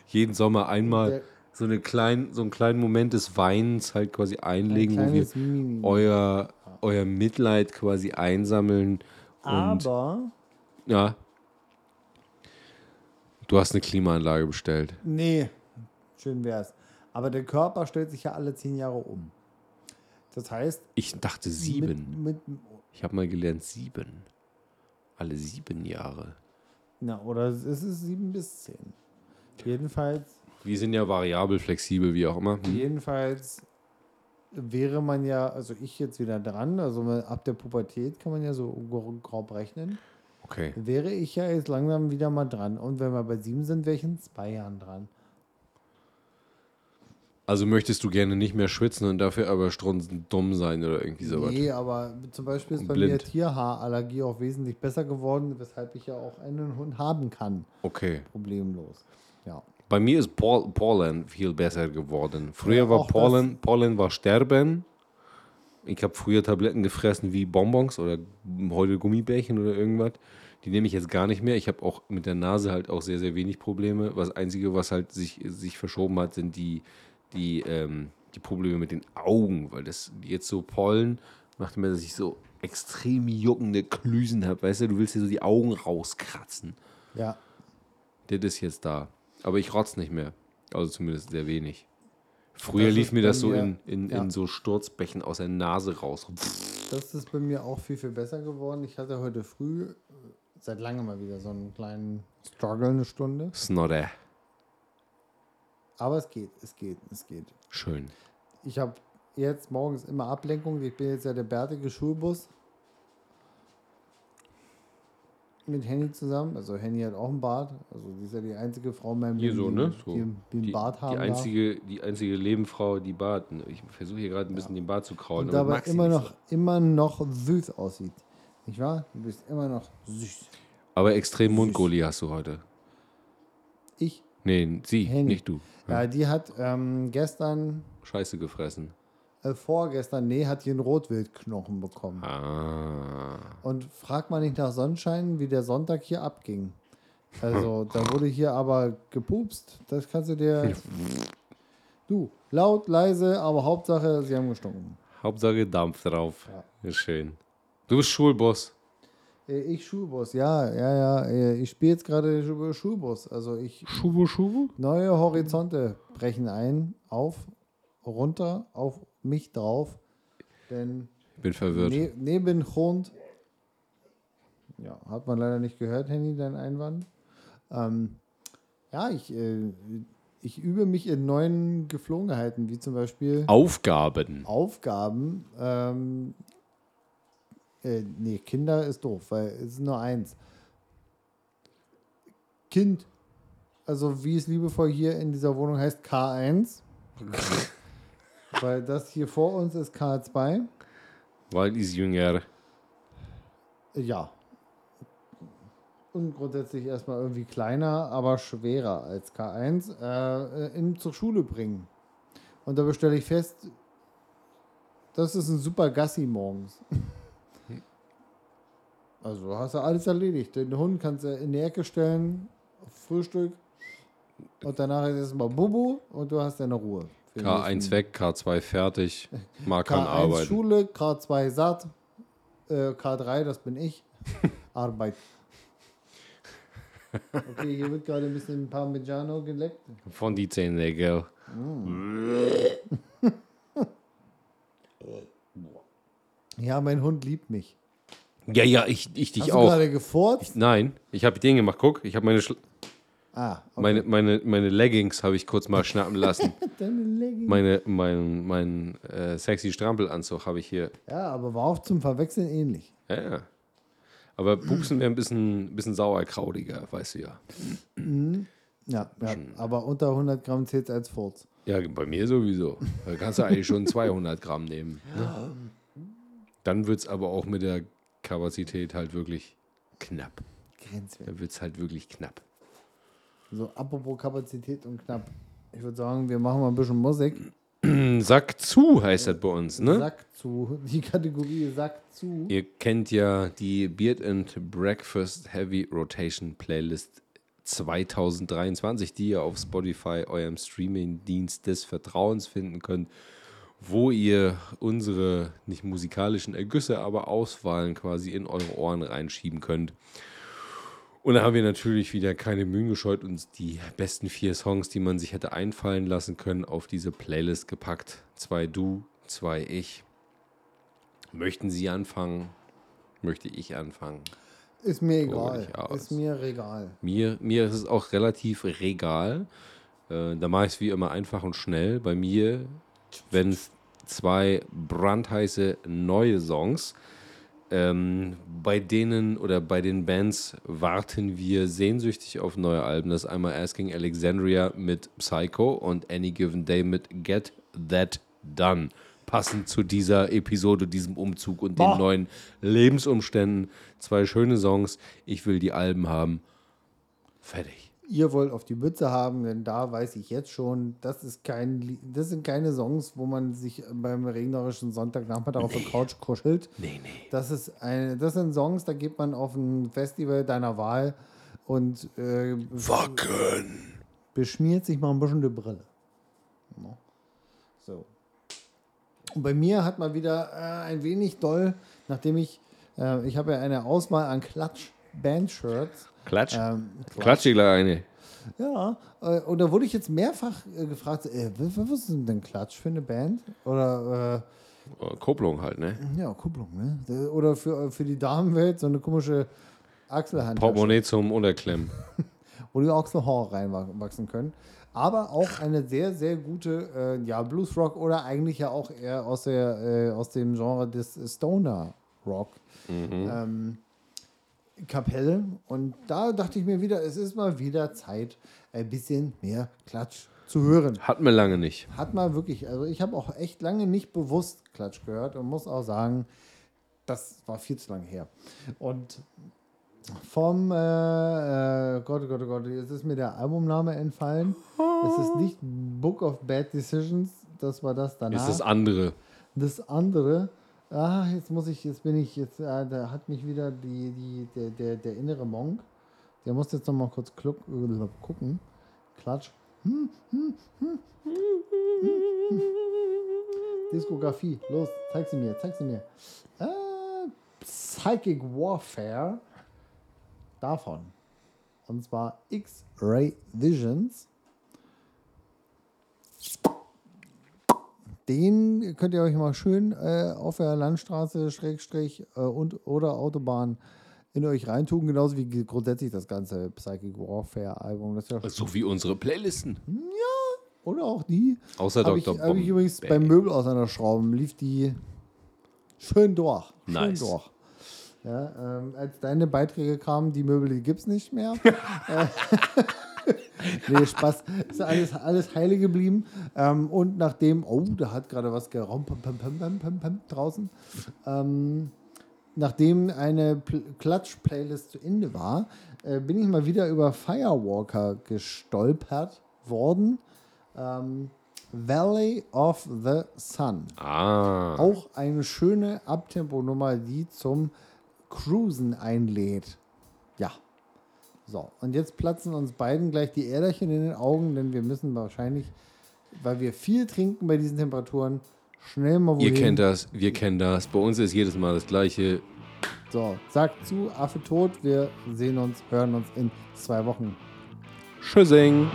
S2: jeden Sommer einmal
S1: Der-
S2: so, eine kleinen, so einen kleinen Moment des Weinens halt quasi einlegen, wo wir
S1: kleines Mimimi.
S2: euer, euer Mitleid quasi einsammeln. Und
S1: Aber.
S2: ja. Du hast eine Klimaanlage bestellt.
S1: Nee, schön wär's. Aber der Körper stellt sich ja alle zehn Jahre um. Das heißt,
S2: Ich dachte sieben.
S1: Mit, mit,
S2: Ich habe mal gelernt, sieben. Alle sieben Jahre.
S1: na, oder es ist sieben bis zehn. Jedenfalls
S2: Wir sind ja variabel, flexibel, wie auch immer. Hm.
S1: Jedenfalls wäre man ja, also ich jetzt wieder dran, also mal ab der Pubertät kann man ja so gro- grob rechnen,
S2: Okay.
S1: wäre ich ja jetzt langsam wieder mal dran. Und wenn wir bei sieben sind, wäre ich in zwei Jahren dran.
S2: Also möchtest du gerne nicht mehr schwitzen und dafür aber strunzend dumm sein oder irgendwie sowas.
S1: nee, aber zum Beispiel ist bei mir
S2: Blind.
S1: Tierhaarallergie auch wesentlich besser geworden, weshalb ich ja auch einen Hund haben kann,
S2: Okay.
S1: problemlos. Ja.
S2: Bei mir ist Pol Pollen viel besser geworden. Früher
S1: Ja,
S2: war
S1: auch das-
S2: Pollen, Pollen war Sterben. Ich habe früher Tabletten gefressen wie Bonbons oder heute Gummibärchen oder irgendwas. Die nehme ich jetzt gar nicht mehr. Ich habe auch mit der Nase halt auch sehr, sehr wenig Probleme. Was Einzige, was halt sich, sich verschoben hat, sind die, die, ähm, die Probleme mit den Augen. Weil das jetzt so Pollen macht mir, dass ich so extrem juckende Klüsen habe. Weißt du, du willst dir so die Augen rauskratzen
S1: Ja.
S2: das ist jetzt da. Aber ich rotz nicht mehr. Also zumindest sehr wenig. Früher
S1: Das
S2: lief
S1: ist
S2: mir
S1: bei
S2: das so
S1: mir-
S2: in, in,
S1: ja.
S2: in so Sturzbächen aus der Nase raus.
S1: Das ist bei mir auch viel, viel besser geworden. Ich hatte heute früh äh, seit langem mal wieder so einen kleinen Struggle, eine Stunde.
S2: Snodder.
S1: Aber es geht, es geht, es geht.
S2: Schön.
S1: Ich habe jetzt morgens immer Ablenkung. Ich bin jetzt ja der bärtige Schulbus. Mit Henny zusammen. Also Henny hat auch einen Bart. Also sie ist ja die einzige Frau in meinem
S2: Hier so, ne?
S1: die,
S2: So.
S1: die, die einen Bart haben.
S2: die, einzige, die einzige Lebenfrau, die baten. Ich versuche hier gerade ein bisschen den Bart zu
S1: darf.
S2: kraulen.
S1: Und
S2: aber
S1: dabei
S2: mag sie
S1: immer
S2: nicht
S1: noch, immer
S2: so.
S1: noch süß aussieht. Nicht wahr? Du bist immer noch süß.
S2: Aber extrem Mundgoli hast du heute.
S1: Ich?
S2: Nee, sie,
S1: Henny.
S2: nicht du.
S1: Ja, die hat ähm, gestern
S2: Scheiße gefressen.
S1: äh, vorgestern, nee, hat hier einen Rotwildknochen bekommen.
S2: Ah.
S1: Und frag mal nicht nach Sonnenschein, wie der Sonntag hier abging.
S2: <laughs>
S1: Also, da wurde hier aber gepupst. Das kannst du dir. Du, laut, leise, aber Hauptsache, sie haben gestunken.
S2: Hauptsache Dampf drauf. Ja. Schön. Du bist Schulboss.
S1: Äh, Ich Schulbus, ja, ja, ja. äh, Ich spiele jetzt gerade Schu- Schulbus. Also, ich.
S2: Schubo, Schubo?
S1: Neue Horizonte brechen ein, auf, runter, auf mich drauf. Denn
S2: Ich bin verwirrt.
S1: Ne Nebengrund. Ja, hat man leider nicht gehört, Henny, dein Einwand. Ähm, ja, ich, äh, ich übe mich in neuen Geflogenheiten, wie zum Beispiel
S2: Aufgaben.
S1: Aufgaben. Ähm, äh, nee, Kinder ist doof, weil es ist nur eins. Kind, also wie es liebevoll hier in dieser Wohnung heißt, K1. weil das hier vor uns ist K2.
S2: Weil ist jünger.
S1: Ja. Und grundsätzlich erstmal irgendwie kleiner, aber schwerer als K1 äh, äh, in, zur Schule bringen. Und da bestelle ich fest, das ist ein super Gassi morgens. Also hast du alles erledigt. Den Hund kannst du in die Ecke stellen, Frühstück und danach ist erstmal Bubu und du hast deine Ruhe. für den
S2: K1
S1: nächsten-
S2: weg,
S1: <laughs>
S2: K2 fertig. Mark kann
S1: K1
S2: arbeiten.
S1: Schule, K2 satt, äh, K3, das bin <laughs> ich, Arbeit. Okay, hier wird gerade ein bisschen Parmigiano geleckt.
S2: Von die Zähne, gell?
S1: Ja, mein Hund liebt mich.
S2: Ja, ja, ich, ich dich
S1: Hast du
S2: auch.
S1: gerade gefurzt?
S2: Nein, ich habe den gemacht. Guck, ich habe meine, Schl-
S1: Ah, okay.
S2: meine, meine, meine Leggings habe ich kurz mal
S1: <laughs>
S2: schnappen lassen.
S1: Deine Leggings.
S2: meine, mein, mein äh, sexy Strampelanzug habe ich hier.
S1: Ja, aber war auch zum Verwechseln ähnlich.
S2: Ja, ja. Aber Pupsen wäre ein bisschen, bisschen sauerkraudiger, weißt du ja.
S1: Ja, ja aber unter 100 Gramm zählt als Furz.
S2: Ja, bei mir sowieso. Da kannst du eigentlich schon 200 Gramm nehmen. Ne? Dann wird es aber auch mit der Kapazität halt wirklich knapp.
S1: Grenzwert.
S2: Da wird es halt wirklich knapp.
S1: So, apropos Kapazität und knapp. Ich würde sagen, wir machen mal ein bisschen Musik.
S2: Sack zu heißt das bei uns, ne?
S1: Sack zu. Die Kategorie Sack zu.
S2: Ihr kennt ja die Beard and Breakfast Heavy Rotation Playlist 2023, die ihr auf Spotify, eurem Streaming-Dienst des Vertrauens finden könnt, wo ihr unsere nicht musikalischen Ergüsse, aber Auswahlen quasi in eure Ohren reinschieben könnt. Und da haben wir natürlich wieder keine Mühen gescheut, uns die besten vier Songs, die man sich hätte einfallen lassen können, auf diese Playlist gepackt. Zwei Du, zwei Ich. Möchten Sie anfangen? Möchte ich anfangen?
S1: Ist mir
S2: Hol
S1: egal.
S2: dich aus.
S1: Ist mir regal.
S2: Mir, mir ist es auch relativ regal. Äh, da mache ich es wie immer einfach und schnell. Bei mir, wenn zwei brandheiße neue Songs, ähm, bei denen oder bei den Bands warten wir sehnsüchtig auf neue Alben. Das ist einmal Asking Alexandria mit Psycho und Any Given Day mit Get That Done. Passend zu dieser Episode, diesem Umzug und
S1: Boah.
S2: den neuen Lebensumständen. Zwei schöne Songs. Ich will die Alben haben. Fertig.
S1: ihr wollt auf die Mütze haben, denn da weiß ich jetzt schon, das ist kein Lied- das sind keine Songs, wo man sich beim regnerischen Sonntagnachmittag auf der Couch kuschelt.
S2: Nee, nee.
S1: Das ist eine, das sind Songs, da geht man auf ein Festival deiner Wahl und äh,
S2: Wacken.
S1: beschmiert sich mal ein bisschen die Brille. Ja. So. Und bei mir hat mal wieder äh, ein wenig doll, nachdem ich, äh, ich habe ja eine Auswahl an Klatsch-Band-Shirts.
S2: Klatsch.
S1: Ähm,
S2: Klatsch ich gleich eine.
S1: Ja, äh, und da wurde ich jetzt mehrfach äh, gefragt, so, äh, w- w- was ist denn denn Klatsch für eine Band? Oder,
S2: Oh, Kopplung halt, ne?
S1: äh, ja, Kupplung, ne? D- Oder für, äh, für die Damenwelt so eine komische Achselhand,
S2: Portemonnaie zum Unterklemmen.
S1: wo die Achselhaare reinwachsen können. Aber auch eine sehr, sehr gute, äh, ja, Bluesrock oder eigentlich ja auch eher aus, der, äh, aus dem Genre des Stoner Rock. Ähm, Kapelle und da dachte ich mir wieder, es ist mal wieder Zeit, ein bisschen mehr Klatsch zu hören.
S2: Hatten wir lange nicht.
S1: Hat mal wirklich, also ich habe auch echt lange nicht bewusst Klatsch gehört und muss auch sagen, das war viel zu lange her. Und vom, äh, äh, Gott, Gott, Gott, jetzt ist mir der Albumname entfallen. Es ist nicht Book of Bad Decisions, das war das danach.
S2: Ist das andere.
S1: Das andere, ah, jetzt muss ich, jetzt bin ich, jetzt, ah, da hat mich wieder die, die, der, der, der innere Monk, der muss jetzt nochmal kurz kluck, äh, gucken. Klatsch. Hm, hm, hm, hm, hm, hm. Diskografie, los, zeig sie mir, zeig sie mir. Äh, Psychic Warfare davon. Und zwar X-Ray Visions. Den könnt ihr euch mal schön äh, auf der Landstraße, Schrägstrich äh, und oder Autobahn in euch reintun, genauso wie ge- grundsätzlich das ganze Psychic Warfare Album. Das ist ja
S2: So wie unsere Playlisten.
S1: oder auch die.
S2: Außer
S1: Habe ich,
S2: Dr.
S1: hab ich
S2: Bomb-
S1: übrigens
S2: Bang.
S1: beim Möbel auseinanderschrauben, lief die schön durch. Schön
S2: Nice.
S1: durch. Ja, ähm, als deine Beiträge kamen, die Möbel, die gibt es nicht mehr. Äh, <laughs> nee, Spaß. Ist alles, alles heile geblieben. Ähm, und nachdem, oh, da hat gerade was geraumt pam, pam, pam, pam, pam, pam, draußen. Ähm, nachdem eine Pl Klatsch-Playlist zu Ende war, äh, bin ich mal wieder über Firewalker gestolpert worden. Ähm, Valley of the Sun.
S2: Ah.
S1: Auch eine schöne Abtempo-Nummer, die zum Cruisen einlädt. Ja. So, und jetzt platzen uns beiden gleich die Äderchen in den Augen, denn wir müssen wahrscheinlich, weil wir viel trinken bei diesen Temperaturen, schnell mal
S2: Ihr
S1: wohin.
S2: kennt das, wir kennen das. Bei uns ist jedes Mal das Gleiche.
S1: So, sagt zu, Affe tot, wir sehen uns, hören uns in zwei Wochen.
S2: Tschüssing.